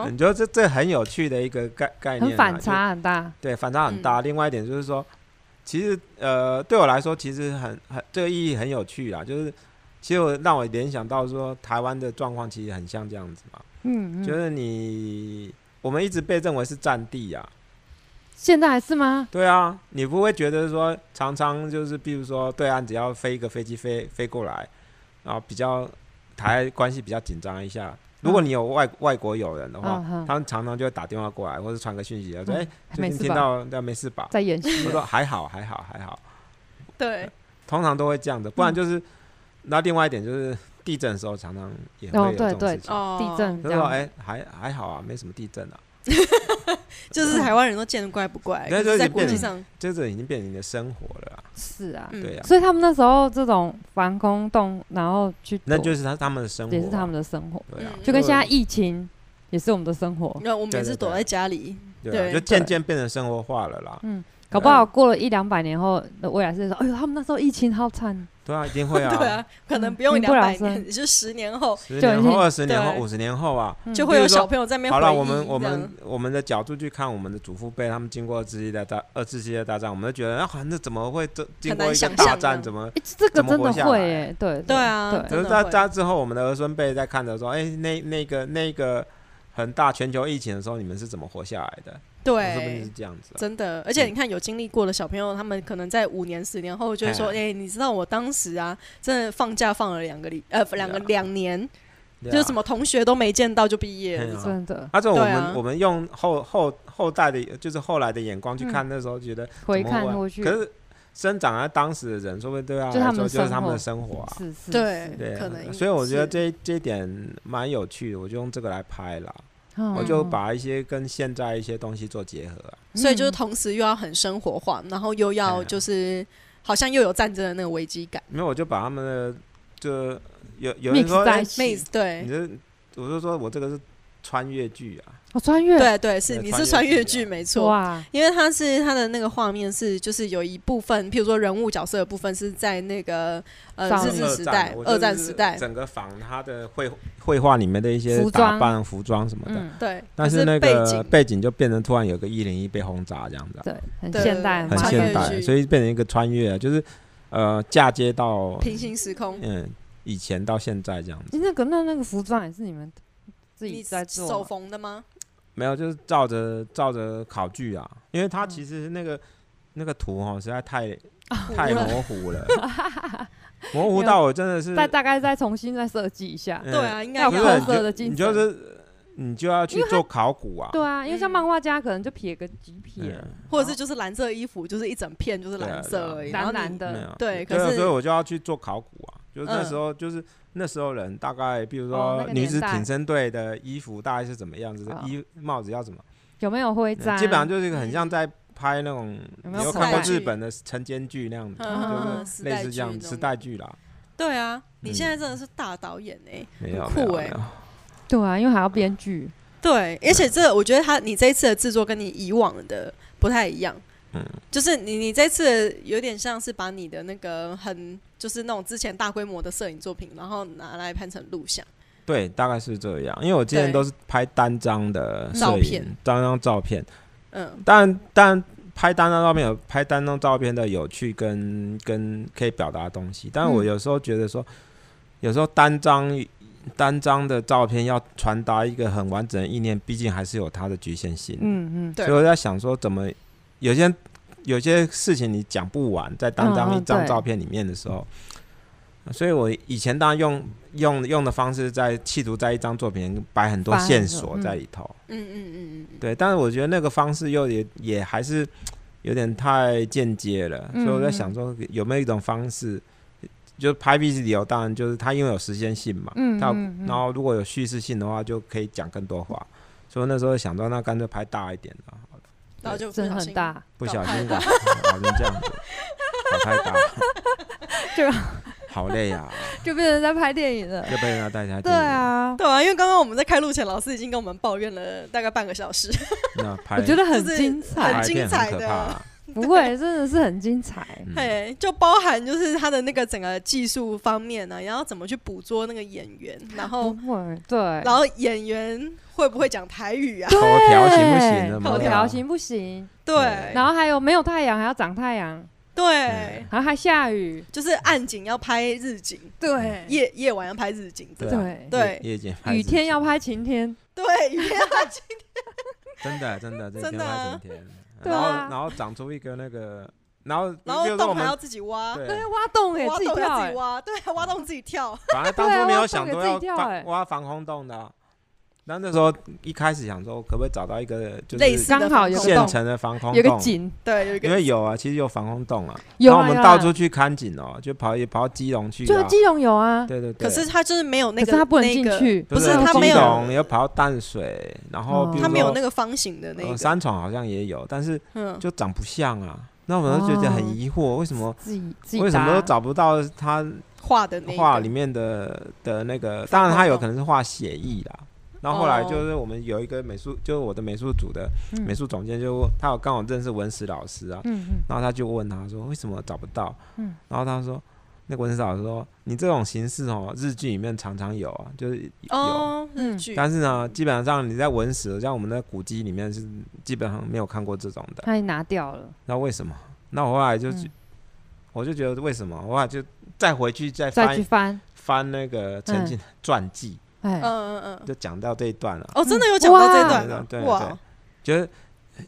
S2: 哦，
S3: 你觉得这这很有趣的一个概概念、
S1: 很
S3: 啊，
S1: 反
S3: 就
S1: 差很嗯大。
S3: 对，反差很大。另外一点就是说，其实呃，对我来说，其实很很这个意义很有趣啦，就是其实我让我联想到说，台湾的状况其实很像这样子嘛，
S1: 嗯，嗯
S3: 就是你我们一直被认为是战地啊，
S1: 现在还是吗？
S3: 对啊，你不会觉得说常常就是比如说对岸只要飞一个飞机飞飞过来，然后比较台海关系比较紧张一下。如果你有外外国友人的话，
S1: 嗯嗯嗯
S3: 他们常常就会打电话过来，或者传个讯息，说：“哎、最
S1: 没
S3: 近
S1: 事
S3: 听
S1: 吧？
S3: 到那没事吧？”
S1: 在演戏
S3: 我说还好，还好，还好，
S2: 对，
S3: 通常都会这样的，不
S1: 嗯
S3: 然就是，那、另外一点就是地震的时候常常也会
S1: 哦
S3: 有这种
S1: 对
S3: 事情。
S2: 哦，
S1: 地，震
S3: 他
S1: 这
S3: 说：“
S1: 样，
S3: 哎、还还好啊，没什么地震啊，
S2: 就是台湾人都见得怪不怪，
S3: 那
S2: 可
S3: 就已
S2: 是在
S3: 经
S2: 国
S3: 变
S2: 际
S3: 成
S2: 上，
S3: 这这已经变成你的生活了、啊。
S1: 是啊。
S2: 嗯
S3: 对啊，
S1: 所以他们那时候这种防空洞，然后去
S3: 那
S1: 躲
S3: 就是他他们的生活、啊，
S1: 也是他们的生活，
S3: 对啊，
S2: 嗯
S1: 就跟现在
S3: 一
S1: 疫情也是我们的生活。
S2: 那我们
S3: 对
S2: 也
S3: 对
S2: 是
S3: 对
S2: 躲在家里，
S3: 对啊，
S2: 对
S3: 就渐渐变成生活化了啦。啊
S1: 嗯，搞不好过了一两百年后的未来是说，哎呦，他们那时候疫情好惨，
S3: 对啊，一嗯定会
S2: 对啊，可能不用
S1: 民
S2: 两
S1: 不
S2: 百
S1: 聊生
S2: 年，你是十年后
S3: 十
S1: 就已
S3: 年后、
S1: 经
S3: 二十年后、
S2: 对
S3: 五十年后啊，
S1: 嗯
S2: 就会有
S3: 比如说
S2: 小朋友在那边
S3: 好了，
S2: 回忆
S3: 我们我
S2: 这
S3: 们
S2: 样
S3: 我们的角度去看我们的祖父辈，他们经过二次世界大二次世界大战，我们都觉得啊，那怎么会这经过
S2: 难
S3: 一个
S2: 想
S3: 大
S2: 象
S3: 战，
S2: 的
S3: 怎么？
S1: 哎，这个
S3: 怎么
S1: 真
S3: 活
S1: 的
S3: 下
S1: 会
S3: 来
S1: 耶，对
S2: 对啊
S1: 对，
S2: 真
S3: 可
S2: 的
S3: 是在
S2: 会
S3: 在之后，我们的儿孙辈在看的时候，哎、那那个那个很大全球疫情的时候，你们是怎么活下来的？是不是是
S2: 对。
S3: 这样子啊、
S2: 真的，而且
S3: 嗯
S2: 你看，有经历过的小朋友，他们可能在五年、十年后就会说：“哎、
S3: 哎
S2: 你知道我当时啊，真的放假放了两个礼，呃，两个
S3: 对啊
S2: 两年，
S3: 对啊
S2: 就是什么同学都没见到就毕业
S3: 对
S2: 了。
S3: 啊
S1: 真的
S3: 啊，这种我
S2: 对
S3: 们、
S2: 啊
S3: 我们用后后后代的，就是后来的眼光去看，那时候觉得、
S1: 嗯回
S3: 怎么
S1: 看
S3: 会
S1: 过去，
S3: 可是生长在当时的人，说不定对啊，
S1: 就是他们的
S3: 就是他们的
S1: 生
S3: 生活啊，
S1: 是是，
S2: 对
S1: 是
S3: 对啊
S2: 可能
S3: 所以我觉得
S2: 是
S3: 这这一点蛮有趣的，我就用这个来拍啦，
S1: 嗯
S3: 我就
S1: 嗯
S3: 把一些跟现在一些东西做结合、啊，
S2: 所以就是同时又要很生活化，然后又要
S3: 嗯
S2: 就是好像又有战争的那个危机感。
S3: 因为我就把他们的就有有人
S1: mix
S3: 说，
S1: 在
S3: 哎
S1: 一
S2: 妹
S1: 起
S2: 子，，对
S3: 你这我就说我这个是穿越剧啊，
S1: 哦，穿越
S2: 对对，是
S3: 对
S2: 你
S3: 穿
S2: 是
S3: 越
S2: 穿
S3: 剧
S2: 越
S3: 啊
S2: 剧没错，
S1: 哇，
S2: 因为它是它的那个画面是就是有一部分，譬如说人物角色的部分是在那个呃
S1: 上
S2: 日
S1: 是
S2: 治
S3: 二
S2: 时
S3: 战
S2: 代
S3: 我、就
S2: 二战
S3: 是
S2: 时代，
S3: 整个仿他的绘绘画里面的一些
S1: 服
S3: 打
S1: 装
S3: 扮、服装什么的。
S1: 嗯，
S2: 对，
S3: 但
S2: 可是
S3: 那
S2: 背
S3: 个
S2: 景
S3: 背景就变成突然有个一零一被轰炸这样子啊、
S1: 对，很
S2: 对
S1: 现代，
S3: 很
S1: 蛮
S2: 穿
S1: 有
S2: 越
S3: 现
S1: 趣
S3: 代，
S2: 剧
S3: 所以变成一个穿越，啊就是呃嫁接到
S2: 平行时空，
S3: 嗯以前到现在这样子，
S1: 诶那个那那个服装也是你们自己
S2: 你
S1: 在
S2: 手
S1: 做吗，
S2: 缝的吗？
S3: 没有就是照着照着考据啊，因为它
S2: 嗯
S3: 其实那个、那个图哈实在太
S2: 糊
S3: 太
S2: 了
S3: 模糊了， 模糊到我真的是
S1: 再大概再重新再设计一下，
S3: 嗯
S2: 对啊，应该
S1: 要
S3: 不
S1: 有
S3: 是
S1: 特
S3: 你
S1: 色的
S3: 就
S1: 精
S3: 你
S1: 神，
S3: 就是你就要去做考古啊，
S1: 对啊，因为像
S2: 嗯
S1: 漫画家可能就撇个几撇，
S3: 嗯
S2: 或者是就是蓝色衣服，就是一整片就是
S3: 对啊
S2: 蓝
S3: 对啊
S2: 色而已，然后
S1: 蓝
S2: 你
S1: 蓝
S3: 没
S1: 的
S3: 有
S2: 对可
S3: 对啊，
S2: 是
S3: 所以我就要去做考古啊。就是那
S2: 嗯
S3: 时候，就是那时候人大概，比如
S1: 哦
S3: 说
S1: 那个
S3: 女
S1: 年
S3: 子
S1: 代
S3: 挺身队的衣服大概是怎么样子的
S1: 哦，
S3: 衣帽子要怎么，
S1: 有没有徽
S3: 嗯
S1: 章？
S3: 基本上就是一个很像
S2: 嗯
S3: 在拍那种，
S1: 有
S3: 你
S1: 没有
S3: 有
S1: 口
S3: 看过
S1: 袋
S3: 日
S2: 剧
S3: 本的晨间剧那样子
S1: 嗯
S2: 嗯
S3: 吗，
S1: 嗯
S3: 就是
S2: 时
S3: 类
S2: 代
S3: 似这
S2: 剧
S3: 样
S2: 那
S3: 时
S2: 种
S3: 代剧啦。
S2: 对啊，你
S3: 嗯
S2: 现在真的是大导演哎、
S3: 没有，
S2: 很
S3: 没有
S2: 酷
S3: 没
S2: 欸
S3: 有
S1: 对啊，因为还要编剧，
S2: 对，而且这我觉得他你这一次的制作跟你以往的不太一样，
S3: 嗯
S2: 就是你你这次有点像是把你的那个很就是那种之前大规模的摄影作品，然后拿来拍成录像，
S3: 对，大概是这样。因为我之前
S2: 对
S3: 都是拍单张的
S2: 照
S3: 摄影
S2: 片，
S3: 单张照片，
S2: 嗯，
S3: 但但拍单张照片有拍单张照片的有趣跟跟可以表达的东西，但我
S1: 嗯
S3: 有时候觉得说，有时候单张单张的照片要传达一个很完整的意念，毕竟还是有它的局限性。
S1: 嗯嗯，
S2: 对
S3: 所以我在想说，怎么有些有些事情你讲不完，在单
S1: 嗯
S3: 张
S1: 嗯
S3: 一张
S1: 对
S3: 照片里面的时候，所以我以前当然用用用的方式在企图在一张作品摆很多
S1: 摆很
S3: 线
S1: 多
S3: 索
S1: 嗯
S3: 在里头。
S2: 嗯嗯嗯嗯
S3: 对，但是我觉得那个方式又也也还是有点太间接了，所以
S1: 嗯
S3: 我在想说有没有一种方式，就拍 B 是理由，当然就是它因为有时间性嘛，
S1: 嗯
S3: 它有
S1: 嗯嗯
S3: 然后如果有叙事性的话，就可以讲更多话。所以那时候想到，那干脆拍大一点的，
S2: 然后就不
S1: 真的
S2: 小
S1: 很
S2: 心，
S1: 大，
S3: 不小
S2: 搞太
S3: 心搞
S2: 大
S3: 搞成这样子，搞太 大，
S1: 就
S3: 好累呀、啊，
S1: 就变成在拍电影了。
S3: 又被人家带下去。
S1: 对，啊，
S2: 对啊，因为刚刚我们在开录前，老师已经跟我们抱怨了大概半个小时，
S3: 那拍
S1: 我觉得很
S2: 就是
S1: 精
S3: 拍
S1: 彩，
S2: 很精
S3: 片
S2: 彩
S3: 可
S2: 的
S3: 怕啊、
S1: 不会，真的是很精彩。
S3: 嗯
S2: 嘿，就包含就是他的那个整个技术方面呢、然后怎么去捕捉那个演员，然
S1: 不
S2: 后
S1: 会，对，
S2: 然后演员会不会讲台语
S1: 嗯
S2: 啊？
S3: 口条行啊不行
S1: 对
S3: 呢？
S1: 口
S2: 口
S1: 条
S2: 条
S1: 行不行？
S2: 对
S1: 然后还有没有太阳还要长太阳，
S2: 对，
S1: 然后还下雨，
S2: 就是暗景要拍日景，
S1: 对
S2: 夜夜晚要拍日景，
S3: 对啊
S1: 对，
S2: 对
S3: 夜夜间拍
S1: 雨
S3: 自
S1: 天
S3: 己
S1: 要拍晴天，
S2: 对，雨 天要景
S3: 真的真的，这
S2: 真
S3: 天
S2: 的
S3: 外
S2: 啊
S3: 晴天，
S1: 对
S3: 然后
S1: 啊
S3: 然后长出一个那个，然后
S2: 然后
S3: 比如说我
S2: 洞还
S3: 们
S2: 要自己挖，
S1: 对，
S3: 对，
S1: 挖洞哎，
S2: 挖
S1: 自己
S2: 洞
S1: 跳
S2: 要自
S1: 哎
S2: 己，挖，对，挖洞自己跳，
S3: 反正当
S1: 对啊
S3: 初
S1: 挖
S3: 没有
S1: 洞
S3: 想
S1: 给
S3: 说
S1: 自己
S3: 要
S1: 跳
S3: 防
S1: 欸
S3: 挖防空洞的啊，那那时候一开始想说可不可以找到一个就
S2: 类
S3: 是
S2: 似的
S1: 刚好有个
S3: 现
S1: 洞
S3: 成的防空
S1: 有个
S3: 洞，
S1: 井，
S2: 对，有一
S3: 因
S2: 个
S3: 为有啊，其实有防空洞啊，然
S1: 有
S3: 后我
S1: 啊
S3: 们
S1: 有
S3: 到
S1: 啊
S3: 处去看景哦，就跑也跑到基隆去
S1: 就
S3: 啊，
S1: 基隆有啊，
S3: 对对对，
S2: 可是他就是没有那
S1: 可
S2: 个，
S1: 是他不能进
S2: 那个，
S1: 去，
S3: 就
S2: 不是他
S3: 基
S2: 没有
S3: 隆也跑到淡水，然后
S1: 哦
S3: 比如
S2: 他没有
S3: 说
S2: 那个方形的那
S3: 呃
S2: 个，
S3: 三重好像也有，但是
S2: 嗯，
S3: 就长不像啊，那我们就觉得很
S1: 哦
S3: 疑惑，为什么？
S1: 自己自己
S3: 为什么都
S1: 搭
S3: 找不到他
S2: 画的那
S3: 画里
S2: 个，
S3: 面的的那个？当然，他有可能是画写意啦，然后后来
S2: 哦
S3: 就是我们有一个美术，就是我的美术组的
S1: 嗯
S3: 美术总监就问他有刚好认识文史老师啊，
S1: 嗯嗯，
S3: 然后他就问他说为什么找不到？
S1: 嗯
S3: 然后他说那个文史老师说你这种形式哦，日剧里面常常有啊，就是有。
S2: 哦，
S1: 嗯
S2: 日剧，
S3: 但是呢，基本上你在文史，像我们的古籍里面是基本上没有看过这种的。
S1: 他也拿掉了，
S3: 那为什么？那我后来就、
S1: 嗯
S3: 我就觉得为什么？我后来就再回去再
S1: 再
S3: 翻
S1: 去翻，
S3: 翻那个陈进的传记，
S1: 哎
S2: 嗯，嗯嗯嗯，
S3: 就讲到这一段了、
S2: 哦，真的有讲到这
S1: 哇
S2: 段
S3: 对
S2: 啊，
S3: 对
S2: 哇，
S3: 就是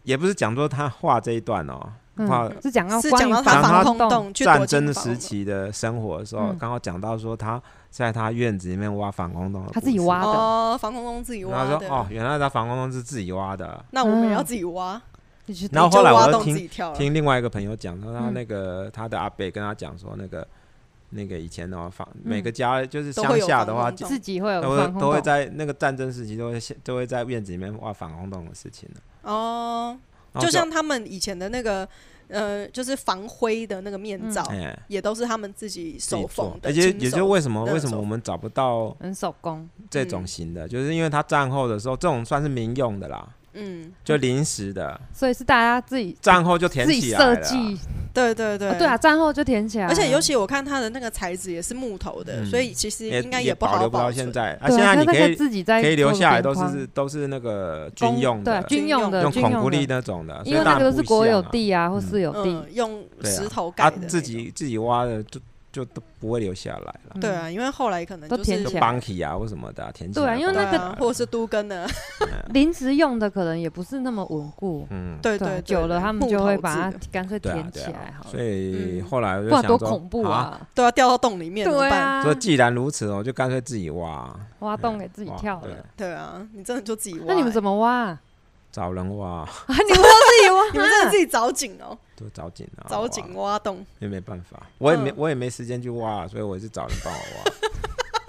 S3: 也不是讲说他画这一段哦，画、
S1: 嗯，是讲到
S2: 是
S1: 关
S2: 讲
S1: 于
S2: 到他
S3: 防
S2: 防
S1: 空
S2: 空
S1: 洞
S2: 洞去
S3: 战争
S2: 的
S3: 的 时，期的生活的时候，
S1: 嗯
S3: 刚好讲到说他在他院子里面挖防空洞的故事，
S1: 他自己挖的，
S2: 哦，防空洞自己
S3: 然后
S2: 挖
S3: 他说哦
S2: 的，，
S3: 原来他防空洞是自己挖的。
S2: 那我们也
S1: 嗯
S2: 要自己挖，
S1: 你去
S3: 然后
S2: 就
S3: 后来我
S2: 挖
S3: 又
S2: 洞
S3: 听
S2: 自己跳了，
S3: 听另外一个朋友讲说，他
S1: 嗯
S3: 那个、他的阿伯跟他讲说，那个那个以前哦，房
S1: 嗯
S3: 每个家就是
S2: 都
S3: 乡
S2: 会有
S3: 下的话
S2: 防空，洞
S1: 自己会有
S3: 都
S1: 防
S3: 会
S1: 空
S3: 都会
S1: 洞，
S3: 在那个战争时期都会先都会在院子里面挖防空洞的事情了
S2: 哦，
S3: 然后
S2: 就像他们以前的那个呃，就是防灰的那个面罩，
S3: 哎
S2: 也都是他们自己
S3: 自己
S2: 手
S3: 做
S2: 缝，的，
S3: 而且
S2: 亲
S3: 也就
S2: 手
S3: 为什么
S2: 的
S3: 为什么
S2: 手
S3: 我们找不到
S1: 很手工，
S3: 这种型的，就是因为他战后的时候，这种算是民用的啦，
S2: 嗯，
S3: 就临时的，
S1: 所以是大家自己
S3: 战后就填
S1: 自己
S3: 起来了
S1: 设
S3: 啦。
S1: 计，
S2: 对对对，
S1: 哦对啊，，战后就填起来了，
S2: 而且尤其我看它的那个材质也是木头的，
S3: 嗯
S2: 所以其实
S3: 也
S2: 应该
S3: 也
S2: 不
S3: 保
S2: 好
S3: 留不到
S2: 保存
S3: 现在，啊，
S1: 对
S3: 现
S1: 啊，
S3: 在
S1: 他
S3: 你可
S1: 大概
S3: 以
S1: 自己在
S3: 可以留
S1: 做
S3: 下来，都
S1: 边框
S3: 是都是那个
S1: 公
S3: 军用
S1: 对啊
S3: 的，
S1: 军用的
S3: 用
S1: 军
S3: 孔
S1: 用
S3: 布力
S1: 的，
S3: 那种的，
S1: 因为那个都是国有地啊或
S3: 嗯
S1: 私有地，
S2: 嗯，用
S3: 对啊
S2: 石头盖
S3: 啊，
S2: 的那种、
S3: 自己自己挖的就就都不会留下来了，
S1: 嗯
S2: 对啊，因为后来可能
S1: 都
S2: 就
S1: 填
S2: 是
S1: 起来
S3: 就 b u n k 啊或什么的啊填起来
S1: 对啊
S3: 吧。
S1: 因为那
S2: 对
S1: 个
S2: 啊，或者是都跟的，
S1: 嗯临时用的可能也不是那么稳固，
S3: 嗯，
S2: 对
S1: 啊
S2: 对，
S1: 久了他们
S2: 木
S1: 就会
S2: 头
S1: 把它
S2: 制的
S1: 干脆
S3: 对啊
S1: 填
S3: 对
S1: 起来
S3: 啊
S1: 好，了，
S3: 所以
S2: 嗯
S3: 后来我就
S1: 不然
S3: 想
S1: 多
S3: 说，
S1: 恐怖
S3: 啊！
S1: 啊！
S2: 都要掉到洞里面，怎么
S1: 对
S2: 办？
S1: 啊
S3: 说，既然如此，我就干脆自己挖，
S1: 挖洞给自己
S3: 挖
S1: 跳
S3: 对
S1: 了。
S2: 对啊，你真的就自己挖、欸
S1: 那你们
S2: 么？，
S1: 怎么挖 啊？
S3: 找人挖，
S1: 啊你们都自己挖啊
S2: 你们真的自己找井哦，
S3: 都找井 啊，
S2: 找
S3: 挖
S2: 井挖洞，
S3: 也没办法，我也没
S2: 嗯
S3: 我也没时间去挖，所以我是找人帮我 挖。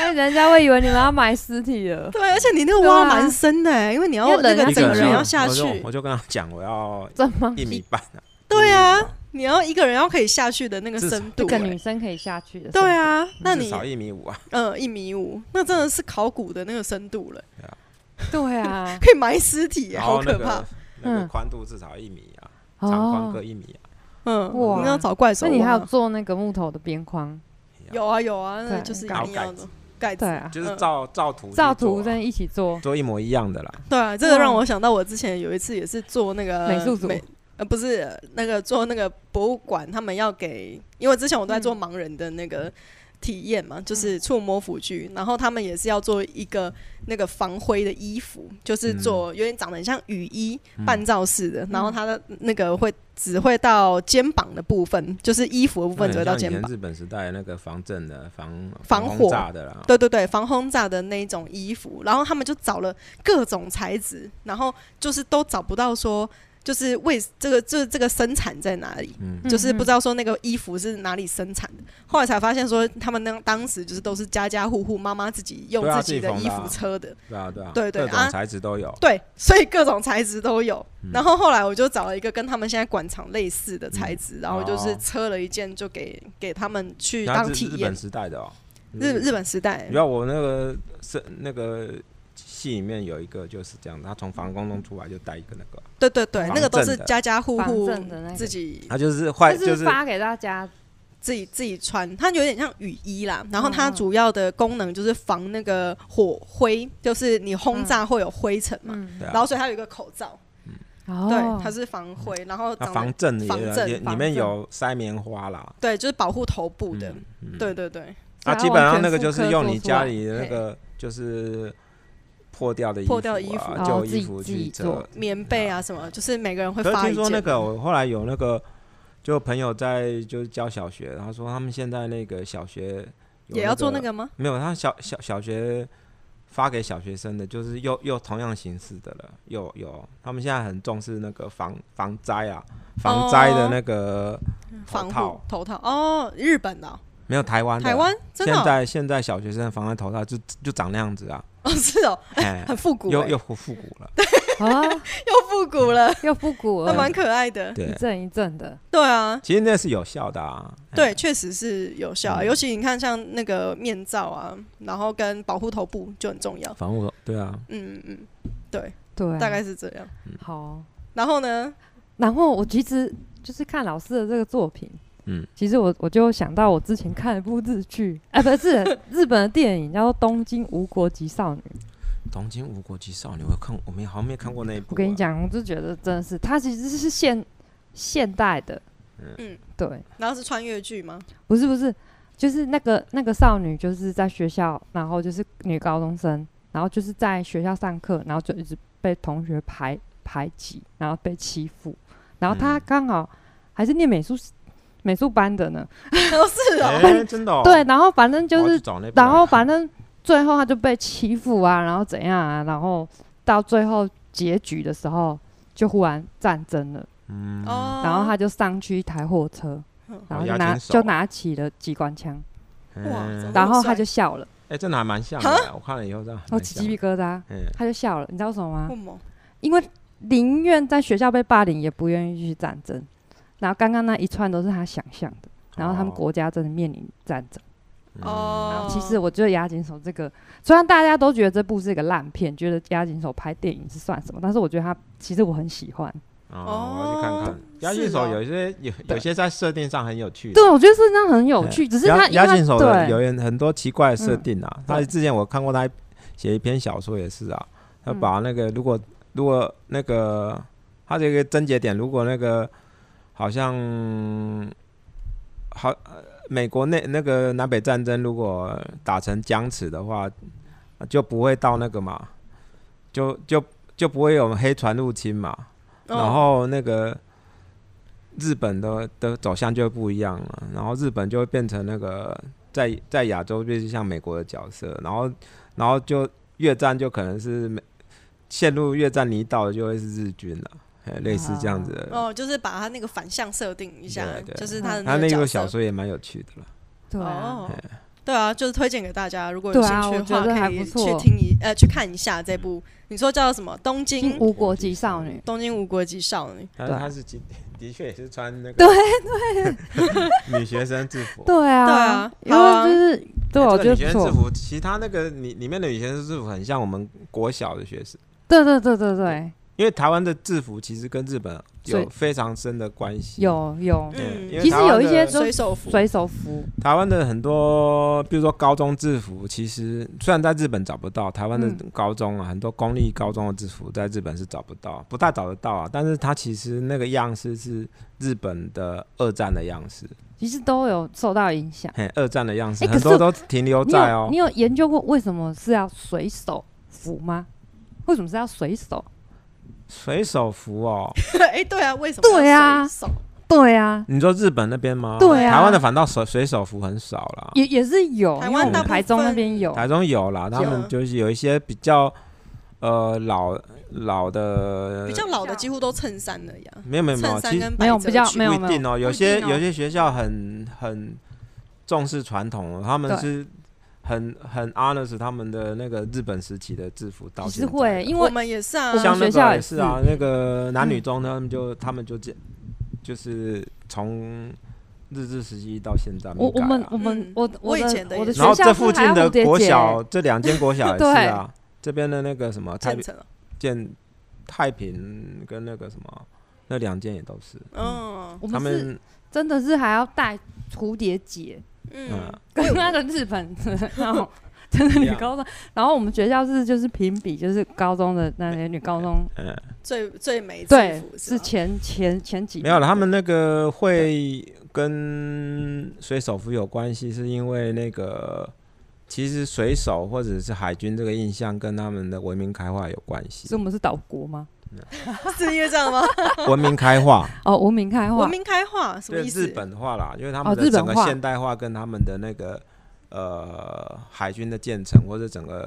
S1: 那人家会以为你们要埋尸体了。
S2: 对，而且你那个
S1: 对
S2: 挖
S1: 啊
S2: 蛮深的、欸因为你要
S1: 因为
S2: 那
S1: 人
S2: 个
S1: 要
S3: 一个
S2: 井
S1: 整
S3: 人
S2: 水
S1: 人
S2: 要
S1: 啊
S2: 下
S3: 我就
S2: 去
S3: 我，就跟他讲，我要
S1: 正方
S3: 一米
S1: 体，
S3: 半啊。
S2: 对
S3: 一米
S2: 啊
S3: 半，，
S2: 你要一个人要可以下去的那个
S3: 至少嗯
S2: 深
S1: 一
S2: 度、
S1: 个
S2: 哎
S1: 女生可以下去的。
S2: 对，啊， 那
S3: 至
S2: 你
S3: 少一米五啊，
S2: 嗯一米五，那真的是考古的那个深度了，，
S1: 对啊
S2: 可以埋尸体、欸
S3: 然
S2: 好
S3: 后那
S2: 可怕
S3: 个。那个
S1: 嗯
S3: 宽度至少一米啊，长宽各
S1: 哦，
S3: 一米啊。
S2: 嗯，
S1: 哇
S2: 你要找怪兽
S1: 那
S2: 挖。
S1: 你还有做那个木头的边框？
S2: 有啊有啊，那
S1: 对
S2: 就是一
S3: 搞
S2: 定要
S3: 盖
S2: 的
S3: 子
S2: 盖子
S1: 对。啊，
S2: 嗯
S3: 就是照照图去
S1: 照
S3: 做
S1: 图
S3: 啊
S1: 在一起做。
S3: 做一模一样的啦。
S2: 对啊，这个让
S1: 哇
S2: 我想到我之前有一次也是做那个
S1: 嗯美术组
S2: 呃不是呃那个做那个博物馆，他们要给，因为之前我都在做
S1: 嗯
S2: 盲人的那个体验嘛，就是触摸辅具，然后他们也是要做一个那个防灰的衣服，就是
S3: 嗯
S2: 做有点长得很像雨衣半罩式的，
S1: 嗯
S2: 然后它的那个会只会到肩膀的部分，就是衣服的部
S3: 那
S2: 分
S3: 嗯很
S2: 只会到
S3: 像
S2: 肩
S3: 以前
S2: 膀。
S3: 日本时代那个防震的、防
S2: 防
S3: 轰
S2: 火
S3: 炸的啦。
S2: 对对对，防轰炸的那一种衣服，然后他们就找了各种材质，然后就是都找不到说，就是为这个这这个生产在哪里，
S3: 嗯，
S2: 就是不知道说那个衣服是哪里生产的。后来才发现说，他们那当时就是都是家家户户妈妈自己用
S3: 对啊
S2: 自己
S3: 自己
S2: 的
S3: 缝
S2: 衣
S3: 的啊
S2: 服车的，
S3: 对啊，对啊，
S2: 对对
S3: 各种
S2: 啊
S3: 材质都有。
S2: 对，所以各种材质都有。然后后来我就找了一个跟他们现在馆藏类似的材质，然后就是
S3: 哦
S2: 车了一件就给给他们去
S3: 然后
S2: 当
S3: 日
S2: 体
S3: 日
S2: 验
S3: 本。时代的哦，
S2: 日日本时代
S3: 你知，道我那个是那个戏里面有一个就是这样，他从防空洞出来就带一个那个，
S2: 对对对，那个都
S3: 防
S2: 是
S3: 震的
S2: 家家户
S1: 防
S2: 户
S1: 震的那个
S2: 自己
S3: 他就是坏
S1: 这
S3: 就是是
S1: 发给大家，
S2: 自己自己穿，它有点像雨衣啦。然后它
S1: 嗯嗯
S2: 主要的功能就是防那个火灰，就是你轰炸会有灰尘嘛。
S1: 嗯，
S3: 对啊
S2: 然后所以它有一个口罩，
S1: 哦
S2: 对，它是防灰，然后
S3: 那
S2: 长得
S3: 防啊震也
S2: 防
S3: 有
S2: 震
S3: 也里
S1: 防
S3: 面
S1: 震
S3: 有塞棉花啦。
S2: 对，就是保护头部的。
S3: 嗯
S2: 对对对，
S1: 所以它
S3: 啊，基本
S1: 完
S3: 上
S1: 全
S3: 那个
S1: 复
S3: 就
S1: 刻
S3: 是用
S1: 做
S3: 你
S1: 出
S3: 家
S1: 来
S3: 里的那
S2: 嘿
S3: 个就是破掉的衣服、啊、
S2: 破掉的衣服
S1: 哦
S3: 旧
S1: 自己
S3: 衣服
S1: 自己
S3: 去
S1: 做
S3: 折。
S2: 棉被啊什么，就是每个人会
S3: 嗯可是
S2: 发一
S3: 听说
S2: 件。
S3: 那个，我后来有那个，就朋友在就是教小学，然后说他们现在那个小学、
S2: 也要做那
S3: 那个，
S2: 个吗？
S3: 没有，他小小小学发给小学生的，就是又又同样形式的了，有有，他们现在很重视那个防防灾啊，防灾的
S2: 哦
S3: 那个
S1: 嗯
S2: 防
S3: 头
S2: 护
S3: 套，
S2: 头套哦，日本的哦、
S3: 没有台湾的
S2: 台湾真的
S3: 现
S2: 哦
S3: 在现在小学生的防弹头套就就长那样子啊，
S2: 哦是哦，
S3: 哎
S2: 很复古、欸，欸
S3: 又又复复古了，
S1: 啊，
S2: 又复复古了，
S1: 又复古
S2: 那蛮
S1: 了，
S2: 可爱的。
S1: 一
S3: 对，
S1: 阵一阵的。
S2: 对啊，
S3: 其实那是有效的啊。
S2: 对，
S3: 哎，
S2: 确实是有效啊，
S3: 嗯
S2: 尤其你看像那个面罩啊，然后跟保护头部就很重要。
S3: 防护对啊，
S2: 嗯嗯，
S1: 对啊，
S2: 嗯，大概是这样。
S1: 好。
S2: 然后呢，
S1: 然后我其实就是看老师的这个作品，嗯
S3: 嗯，
S1: 其实我我就想到我之前看了一部日剧， 哎、不是日本的电影，叫做《东京无国籍少女》。
S3: 《东京无国籍少女》，我看我没好像没看过那一部。啊
S1: 我跟你，讲，我就觉得真的是，它其实是现现代的，嗯
S2: 嗯，
S1: 对，
S2: 然后是穿越 剧吗？
S1: 不是不是，就是那个那个少女就是在学校，然后就是女高中生，然后就是在学校上课，然后就一直被同学排排挤，然后被欺负，然后她
S3: 嗯
S1: 刚好还是念美术美术班的呢，
S2: 哦，是哦，
S3: 哎，真的哦。
S1: 对，然后反正
S3: 我
S1: 就
S3: 要去
S1: 是，
S3: 找那部来看，啊
S1: 然后反正最后他就被欺负啊，然后怎样啊，然后到最后结局的时候就忽然战争了，
S3: 嗯，
S2: 哦，
S1: 然后他就上去一台货车，
S2: 嗯
S1: 然后就
S3: 哦
S1: 拿
S3: 压惊手
S1: 就
S3: 啊
S1: 拿起了机关枪，
S2: 哇
S3: 嗯
S2: 怎么
S1: 然后他
S2: 帅
S1: 就笑了，
S3: 哎，真的还蛮像的，我看了以后真的还
S1: 我
S3: 蛮
S1: 哦起
S3: 像
S1: 鸡皮。疙瘩，
S3: 嗯，
S1: 他就笑了，你知道为什么吗
S2: 不？猛，
S1: 因为宁愿在学校被霸凌，也不愿意去战争。然后刚刚那一串都是他想象的，然后他们
S3: 哦
S1: 国家真的面临战争。
S3: 嗯
S2: 哦
S1: 其实我觉得《押井守》这个，虽然大家都觉得这部是一个烂片，觉得《押井守》拍电影是算什么，但是我觉得他其实我很喜欢。
S3: 哦，我要去看看。押
S2: 是
S3: 韵手
S2: 哦
S3: 有些有
S1: 对
S3: 有些在设定上很有趣的。
S1: 对，我觉得是这样很有趣，只是
S3: 押
S1: 他因
S3: 押
S1: 为
S3: 井守的
S1: 对
S3: 有
S1: 嗯
S3: 人很多奇怪的设定啊。他
S1: 对
S3: 之前我看过他写一篇小说也是啊，他
S1: 嗯
S3: 把那个如果如果那个他这个症结点，如果那个好像好呃美国那那个南北战争如果打成僵持的话，就不会到那个嘛，就就就不会有黑船入侵嘛。
S1: 嗯
S3: 然
S2: 哦
S3: 后那个日本的的走向就会不一样了，然后日本就会变成那个在在亚洲就是像美国的角色，然后然后就越战就可能是美陷入越战泥道的就会是日军了，哎类似这样子
S1: 啊
S3: 的。
S2: 哦，就是把他那个反向设定一下
S3: 对，对
S2: 就是他的
S3: 他
S2: 个
S3: 那
S2: 角
S3: 个
S2: 色
S3: 小说哎也蛮有趣的了，
S1: 对啊，
S2: 哦，对啊，就是推荐给大家，如果有
S1: 对
S2: 兴
S1: 啊
S2: 趣的
S1: 我觉得
S2: 话，
S1: 还
S2: 可以
S1: 不错
S2: 去听一呃去看一下这部。你说叫什么？东
S1: 《
S2: 京
S1: 无国籍少女
S2: 东京无国籍少女。
S3: 他
S1: 对啊
S3: 他是的的确也是穿那个
S1: 对
S3: 女学生制服》。，哎
S1: 对啊，
S2: 对啊
S1: 因为就是对，我
S3: 这
S1: 觉得不
S3: 个女学生制
S1: 错。
S3: 服，其他那个里里面的女学生制服很像我们国小的学生。
S1: 对对对对对，
S3: 因为台湾的制服其实跟日本
S1: 所以
S3: 有非常深的关系。，
S1: 有有
S2: 嗯
S3: 对，因为
S1: 其实
S3: 台湾
S1: 有一些
S3: 的
S1: 就
S2: 水手服，
S1: 水手服，
S3: 台湾的很多，比如说高中制服，其实虽然在日本找不到，台湾的
S1: 嗯
S3: 高中啊，很多公立高中的制服在日本是找不到，不太找得到啊。但是它其实那个样式是日本的二战的样式，
S1: 其实都有受到影响。
S3: 嘿，二战的样式，
S1: 哎可
S3: 很
S1: 是
S3: 多都停留
S1: 你
S3: 在
S1: 有
S3: 哦
S1: 你。有研究过为什么是要水手服吗？为什么是要水手？
S3: 水手服哦，
S2: 哎，对啊，为什么要
S1: 对啊
S2: 水手？
S1: 对啊，
S3: 你说日本那边吗？
S1: 对啊
S3: 台湾的反倒水水手服很少啦。
S1: 也也是有，
S2: 台
S1: 因为
S2: 湾
S1: 我
S2: 大
S1: 们
S2: 部
S1: 台中那
S2: 分
S1: 边有，
S3: 台中有啦，他们就是有一些比较呃老老的，
S2: 比较老的几乎都衬衫了呀，
S3: 没有呃没有没
S2: 衬
S3: 有，其
S2: 衫
S3: 实
S2: 跟
S1: 没有
S2: 百褶
S1: 比较
S2: 裙
S1: 没
S3: 不一定哦、有些
S1: 不一定哦
S3: 有些学校很很重视传统哦，他们
S1: 对
S3: 是很很 honors 他们的那个日本时期的制服到
S1: 也是
S3: 现在的。
S1: 会，因
S2: 我
S1: 为
S2: 们也是啊
S1: 我，们
S3: 像那
S1: 学校
S3: 个
S1: 也嗯
S3: 也是啊，那个男女中他们就他们就这就是从日治时期到现在没
S1: 我我
S3: 改
S1: 们
S3: 啊
S1: 我们
S2: 嗯
S1: 我我
S2: 我以前
S1: 的
S2: 的
S1: 我
S2: 也
S1: 的
S2: 是
S1: 学
S3: 然后
S1: 校
S3: 这
S1: 是
S3: 附
S1: 还
S3: 近
S1: 要
S3: 的
S1: 蝴蝶
S3: 国
S1: 结
S3: 小， 这两间国小也
S1: 对
S3: 是啊，这边的那个什么太
S2: 建成了，
S3: 建太平跟那个什么，那两间也都是，
S2: 嗯
S1: 我
S3: 他
S1: 们是
S3: 们
S1: 真的是还要带蝴蝶 结，
S2: 嗯，
S1: 跟那个日本的那种真的女高中，然后我们学校是就是评比，就是高中的那些女高 中，
S3: 嗯
S2: 最最美制
S1: 对，
S2: 服
S1: 是
S2: 吧
S1: 前前前几
S3: 没有了，他们那个会跟水手服有关系，是因为那个其实水手或者是海军这个印象跟他们的文明开化有关
S1: 所以
S3: 系
S1: 我，们是岛国吗？
S2: 是因为这 样吗？
S3: 文明开化
S1: 哦，文明开化
S2: 文，明开化什么
S3: 对
S2: 意思？
S3: 日本化啦，因为他
S1: 哦
S3: 们
S1: 日本
S3: 的整个
S1: 化
S3: 现代化跟他们的那个。呃，海军的建成或者整个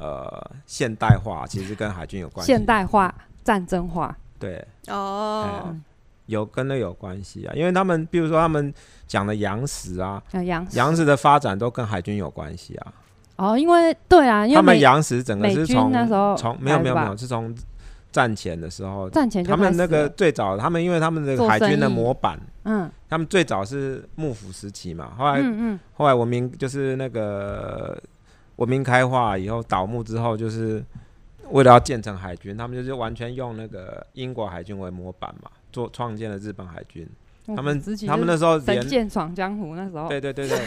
S3: 呃现代化，其实跟海军有关系。
S1: 现代化、战争化，
S3: 对，
S2: 哦，
S3: 嗯有跟那有关系啊，因为他们比如说他们讲的洋食啊，
S1: 呃，洋
S3: 洋食的发展都跟海军有关系啊。
S1: 哦，因为对啊，因为
S3: 他们
S1: 美
S3: 洋食整个
S1: 美
S3: 是
S1: 军
S3: 从
S1: 那时候
S3: 从没有没
S1: 来的
S3: 有没
S1: 吧
S3: 有是从战前的时候，
S1: 战前就
S3: 他
S1: 开
S3: 们
S1: 始
S3: 那个
S1: 了
S3: 最早，他们因为他们那个
S1: 做
S3: 海军的
S1: 生意
S3: 模板，
S1: 嗯
S3: 他们最早是幕府时期嘛，后来、
S1: 嗯嗯
S3: 后来文明就是那个文明开化以后倒幕之后，就是为了要建成海军，他们就是完全用那个英国海军为模板嘛，做创建了日本海军。
S1: 幕
S3: 他
S1: 府
S3: 们
S1: 时期
S3: 他们
S1: 就哦
S3: 那时候
S1: 神
S3: 连
S1: 剑闯江湖那时候，嗯
S3: 对 对对对，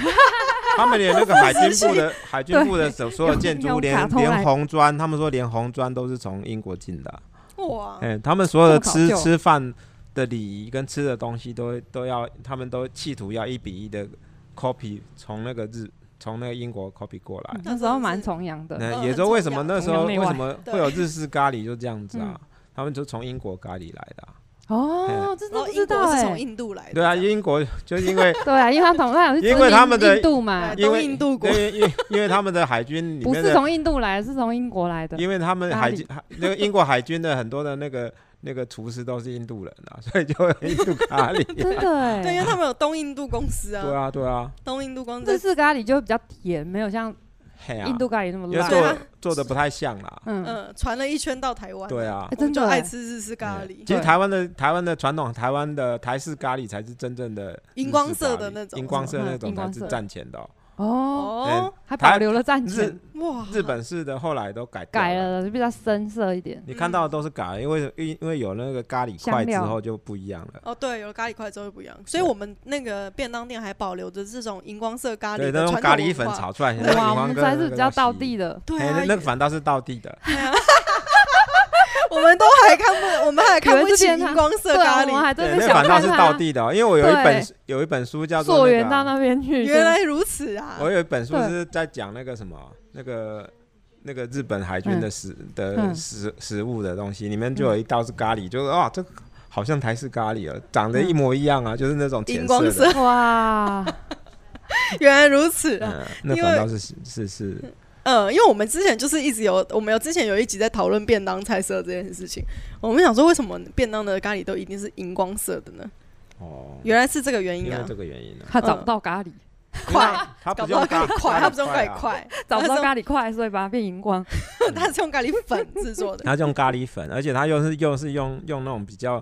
S3: 他们连那个海军部的海军部的所所有
S1: 用
S3: 建筑
S1: 用卡
S3: 连
S1: 通来哦
S3: 连红砖，他们说连红砖都是从英国进的啊、
S2: 哇，哦
S3: 哎、他们所有的
S1: 这么考
S3: 吃
S1: 究
S3: 吃饭的礼仪跟吃的东西都都要，他们都企图要一比一的 copy 从那个日从那个英国 copy 过来
S1: 嗯。那时候蛮崇洋的，
S3: 那、
S2: 嗯
S3: 也
S2: 很
S3: 就为
S2: 重
S3: 什么
S2: 要
S3: 那时
S1: 崇洋
S3: 候
S1: 媚外
S3: 为
S1: 嗯
S3: 什么
S2: 对
S3: 会有日式咖喱就这样子啊？他们就从英国咖喱来的啊、
S1: 哦，真的
S2: 然后
S1: 不
S2: 英
S1: 知道
S2: 国是
S1: 哎、
S2: 从印度来的，
S3: 对啊，
S2: 这样
S3: 英国就 因为
S1: 对啊，因为他们那是
S3: 因
S1: 殖
S3: 为
S1: 民
S3: 他们的
S1: 印度嘛，
S2: 对
S3: 因
S2: 东
S3: 为
S2: 印度国
S3: 因为因为因为他们的海军里
S1: 不
S3: 面
S1: 是
S3: 的，
S1: 从印度来，是从英国来的。
S3: 因为他们
S1: 咖
S3: 海
S1: 喱
S3: 军海 那个英国海军的很多的那个那个厨师都是印度人啊， 所以就会有印度 咖喱。
S1: 真的哎、
S2: 对，因为他们有东印度公司
S3: 对
S2: 啊，
S3: 啊，对啊，
S2: 东印度公
S1: 日
S2: 司
S1: 式咖喱就比较甜，没有像
S3: 嘿啊，
S1: 印度咖喱那么
S3: 因为
S1: 辣。
S2: 对
S3: 做
S2: 啊
S3: 做的不太像啦。
S1: 嗯，
S2: 嗯传了一圈到台湾，
S3: 对，啊
S1: 哎，
S2: 我
S1: 真
S2: 们就
S1: 的
S2: 爱
S1: 哎
S2: 吃日式 咖喱，
S3: 其实
S1: 对
S3: 台湾的台湾的传统台湾的台式咖喱才是真正的
S2: 荧
S3: 日
S2: 光
S3: 式
S2: 色
S3: 咖
S2: 的
S3: 喱
S2: 那种
S3: 荧光
S1: 是
S3: 色
S1: 吗
S3: 那
S1: 嗯
S3: 种
S1: 荧
S3: 才
S1: 光
S3: 是
S1: 色
S3: 赚钱的哦。
S1: 哦，
S2: 哦，
S1: 还
S3: 台
S1: 保留了战
S3: 日
S1: 前，
S2: 哇，
S3: 哎日本式的后来都改掉
S1: 改，了就比较深色一点。
S3: 你看到的都是改了，因为因因为有那个咖喱
S1: 香
S3: 块之
S1: 料
S3: 后就不一样了。
S2: 哦，对，有了咖喱块之后不一样，所以我们那个便当店还保留着这种荧光色咖喱
S3: 对，
S2: 的
S3: 那种
S2: 传
S3: 咖
S2: 统
S3: 喱
S2: 文
S3: 粉
S2: 化，
S3: 炒出来，像
S1: 哇，
S3: 荧
S1: 我
S3: 光
S1: 们
S3: 哥
S1: 才
S3: 那
S1: 是
S3: 个
S1: 比较
S3: 东
S1: 道
S3: 西
S1: 地。的。
S2: 对
S3: 哎
S2: 啊，，哎
S3: 那个反倒是道地的，
S2: 我们都还 看不，我们还看不起
S1: 以为是
S2: 荧光色
S1: 对啊，
S2: 咖
S1: 我们
S2: 喱，
S1: 还
S3: 对，
S1: 真
S3: 那
S1: 的小
S3: 个反倒
S1: 看
S3: 是道
S1: 它。
S3: 地的哦。因为我有一本
S1: 对
S3: 书有一本书叫做
S1: 溯
S3: 那
S1: 源
S3: 个
S1: 到
S3: 啊
S1: 那边去，
S2: 原来如此啊！
S3: 我有一本书
S1: 对
S3: 是在讲那个什么，那个那个日本海军的食、的
S1: 嗯
S3: 食食物的东西，里面就有一道是咖喱，就是哇，这个好像台式咖喱哦，长得一模一样啊，就是那种
S2: 荧
S3: 甜
S2: 光
S3: 的。
S2: 色，
S1: 哇，
S2: 原来如此啊！
S3: 嗯，那
S2: 因
S3: 反
S2: 为
S3: 倒是是是，
S2: 嗯，因为我们之前就是一直有，我们有之前有一集在讨论便当菜色这件事情，我们想说为什么便当的咖喱都一定是荧光色的呢？
S3: 哦，
S2: 原来是这个原
S3: 因
S2: 因
S3: 为
S2: 啊
S3: 这！个原因呢、
S1: 他找不到咖喱，
S2: 快，
S3: 他
S2: 搞
S3: 不
S2: 不
S3: 用啊
S2: 到咖喱块，它不是用咖喱，块，
S3: 嗯
S1: 找不到咖喱块，所以把它变荧光。
S2: 它是用咖喱粉制作的。
S3: 他就用咖喱粉，而且他又是又是用用那种比较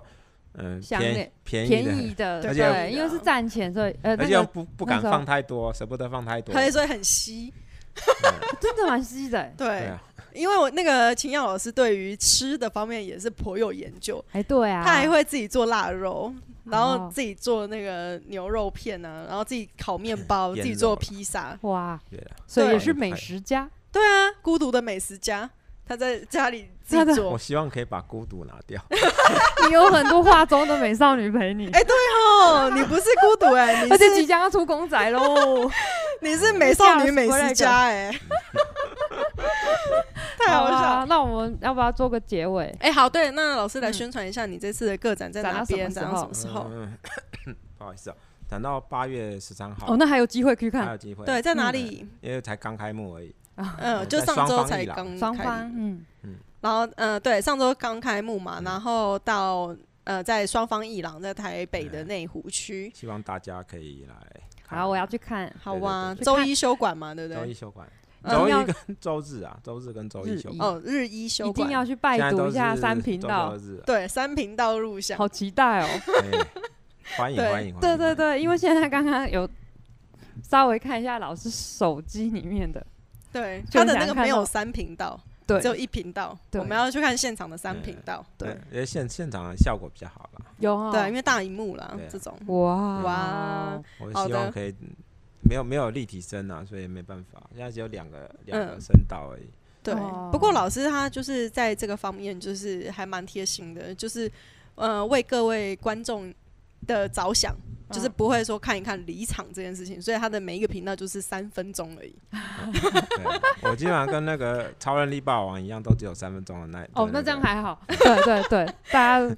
S3: 嗯、
S1: 香
S3: 便
S1: 料
S3: 便宜的，
S1: 便宜的，
S2: 对
S3: 而
S1: 对，
S2: 且
S1: 因为是战前，所以呃，
S3: 而
S1: 那
S3: 且又
S1: 个
S3: 不不
S1: 那
S3: 敢
S1: 时候
S3: 放太多，舍不得放太多。
S2: 它所以很稀，
S3: 嗯
S1: 真的蛮稀的欸。
S3: 对
S2: 对
S3: 啊，
S2: 因为我那个秦耀老师对于吃的方面也是颇有研究，
S1: 哎，对啊，
S2: 他还会自己做腊肉，然后
S1: 哦
S2: 自己做那个牛肉片啊，然后自己烤面包，自
S3: 腌
S2: 己做
S3: 肉啊
S2: 披萨。
S1: 哇，
S3: 对啊
S1: 所以
S2: 对
S1: 也是美食 家。
S2: 对啊，孤独的美食家，他在家里自
S1: 他
S2: 己
S1: 的
S2: 做
S3: 我。希望可以把孤独拿掉。
S1: 你有很多化妆的美少女陪你，
S2: 哦，你不是孤独 哎、你
S1: 而且
S2: 是
S1: 即将要出公仔 喽。
S2: 你是美少女美食家哎、太
S1: 好
S2: 好
S1: 啊
S2: 笑
S1: 啦
S2: 了。
S1: 那我们要不要做个结尾？
S2: 哎、好，对，那老师来宣传一下你这次的个展在
S1: 展
S2: 哪
S1: 到什么
S2: 边，
S1: 时
S2: 展到
S1: 候
S2: 什么时候？
S3: 嗯，不好意思啊，等到八月十三号
S1: 哦，那还有机会去
S3: 还
S1: 看
S3: 有机会，
S2: 对，，在哪里？
S3: 因为才刚开幕而已。
S1: 啊，
S2: 嗯，就
S3: 在
S2: 上
S3: 双
S2: 周
S3: 方
S2: 才
S3: 一廊
S2: 刚
S1: 双
S2: 开
S1: 方
S2: 幕，
S1: 嗯，
S2: 然后嗯，对，上周刚开幕嘛，然后到呃，在双方艺廊，在台北的内湖区，
S3: 希望大家可以来看。
S1: 好，我要去看
S2: 好
S3: 对对
S2: 哇，
S3: 对
S1: 对
S2: 周一休馆嘛，对不
S3: 周一
S2: 对？
S3: 休馆，
S2: 嗯
S3: 周
S1: 要
S3: 一跟 周日啊，周日跟周一休
S1: 日一
S3: 馆。
S2: 哦，日一休
S1: 一定要
S2: 馆，
S1: 去拜
S3: 现在
S1: 读
S3: 都
S1: 一下
S3: 是
S1: 三频道
S3: 周，六日啊，
S2: 对，三频道入巷，
S1: 好期待 哦。
S3: 哎欢迎
S2: 对
S3: 欢迎欢
S1: 对
S3: 迎。
S1: 对对，因为现在刚刚有稍微看一下老师手机里面的，
S2: 对，
S1: 就
S2: 他
S1: 很
S2: 的那
S1: 想
S2: 个
S1: 看
S2: 没有
S1: 到
S2: 三频道，
S1: 对
S2: 只，有一频道。
S1: 对
S2: 我们要去看现场的三频道，
S3: 对，因为哎现现场的效果比较好啦。
S1: 有哦
S2: 对，因为大荧幕啦
S3: 对啊，
S2: 这种
S1: 哇
S2: 哇，
S3: 我
S2: 好
S3: 希望
S2: 的
S3: 可以没有没有立体声啊，所以没办法，现在只有两个两个
S2: 嗯
S3: 声道而已。
S2: 对
S1: 哦。
S2: 不过老师他就是在这个方面就是还蛮贴心的，就是呃为各位观众的着想。
S1: 嗯
S2: 就是不会说看一看离场这件事情，所以他的每一个频道就是三分钟而已。
S3: 对，我基本上跟那个超人力霸王一样，都只有三分钟的那。
S1: 哦
S3: 的，
S1: 那这样
S3: 个
S1: 还好，对对对，大 家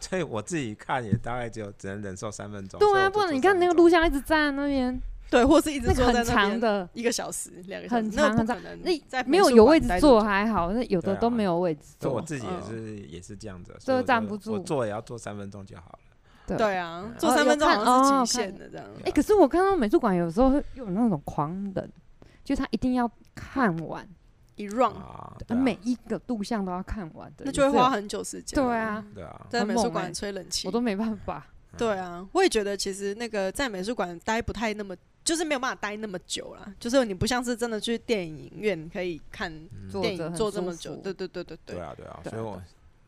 S3: 所以我自己看也大概只有只能忍受三分钟。
S1: 对啊，不然你看那个录像一直站在那边，
S2: 对，或是一直
S1: 那个
S2: 坐在
S1: 很
S2: 那
S1: 长
S2: 边
S1: 的，
S2: 一个小时、两个小时，
S1: 很
S2: 那
S1: 长
S2: 不
S1: 很
S2: 可能。
S1: 那
S2: 在
S1: 没
S2: 美
S1: 有
S2: 术
S1: 有
S2: 馆
S1: 位置
S2: 待这么
S1: 坐
S2: 久，
S1: 还好，那有的
S3: 对啊
S1: 都没有位置
S3: 所以我
S1: 坐，
S3: 自己也
S2: 嗯
S3: 是也是这样子，
S1: 就
S3: 所以我
S1: 站不住
S3: 我坐也要坐三分钟就好了。
S2: 对啊，
S1: 哦
S2: 坐
S1: 有
S2: 三分钟
S1: 看
S2: 好像
S1: 哦
S2: 是极限
S1: 看
S2: 的这样。
S1: 哎、可是我看到美术馆有时候会有那种狂人，就他一定要看完，
S2: 一 round
S3: 啊，
S1: 的，
S3: 对啊
S1: 每一个录像都要看完的，
S2: 那就会
S1: 哦也是有啊
S2: 花很久时间。
S1: 对，啊，
S3: 对啊，
S2: 在
S1: 很
S2: 美
S1: 猛
S2: 术馆
S1: 欸
S2: 吹冷气
S1: 我，都没办法。
S2: 对啊，我也觉得其实那个在美术馆待不太那么，就是没有办法待那么久啦。就是你不像是真的去电影院可以看
S1: 坐
S2: 电
S1: 着
S2: 影
S1: 很
S2: 坐这
S1: 舒
S2: 么久，
S1: 服
S2: 对对对对对，
S3: 嗯啊对啊，对啊，
S1: 对
S3: 所以我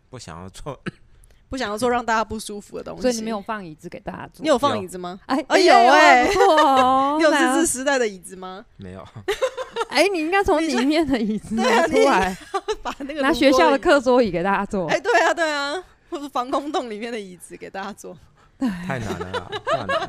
S3: 不想要做，
S2: 不想要做让大家不舒服的东西。
S1: 所以你没有，放椅子给大家坐？
S2: 你有放
S3: 有
S2: 椅子吗？
S1: 哎
S2: 哎
S1: 哎
S2: 有哎
S1: 不错哦
S2: 你有
S1: 那
S2: 日治时代的椅子吗？
S3: 没有，
S1: 哎，你应该从里面的椅子拿出
S2: 对啊
S1: 来，
S2: 把那个
S1: 拿
S2: 卢
S1: 学
S2: 沟
S1: 校的
S2: 椅
S1: 课桌椅给大家坐
S2: 哎、。对啊，对啊，或者防空洞里面的椅子给大家坐。
S1: 哎
S3: 太难了 啦，太难了。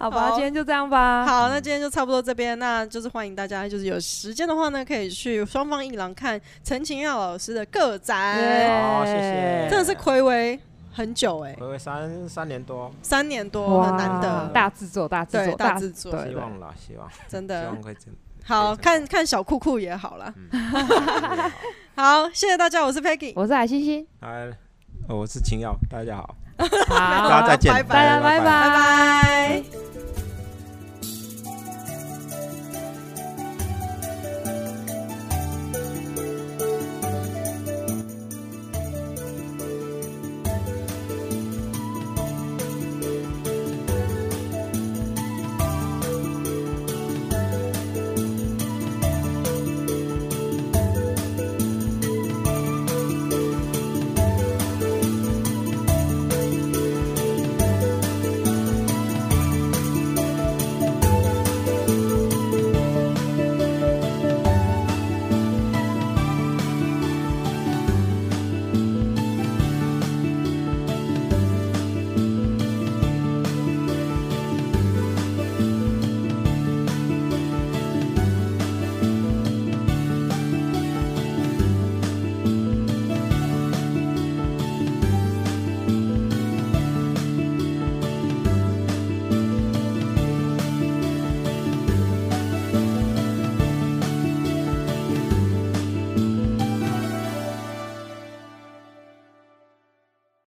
S1: 好吧，
S2: 好
S1: 今天就这样吧。
S2: 好，那今天就差不多这边，那就是欢迎大家，就是有时间的话呢，可以去双方一郎看陈晴耀老师的个展，
S1: 哎
S3: 好，谢谢。
S2: 真的是暌违很久哎、
S3: 回回三三年多，
S2: 三年多，
S1: 哇，
S2: 很难得，
S1: 大制作，大制
S2: 对
S1: 作，
S2: 大
S1: 制
S2: 制作，
S1: 对嗯
S3: 希望啦，希望希
S2: 真的
S3: 望会真。
S2: 好
S3: 非常
S2: 看看小酷酷也好啦。
S3: 好
S2: 好，谢谢大家，我是 Peggy，
S1: 我是海星 星，
S3: 哎，呃我是秦耀，大家好，
S1: 好，
S3: 大家再见，
S2: 拜
S1: 拜
S2: 拜
S1: 拜拜
S2: 拜拜。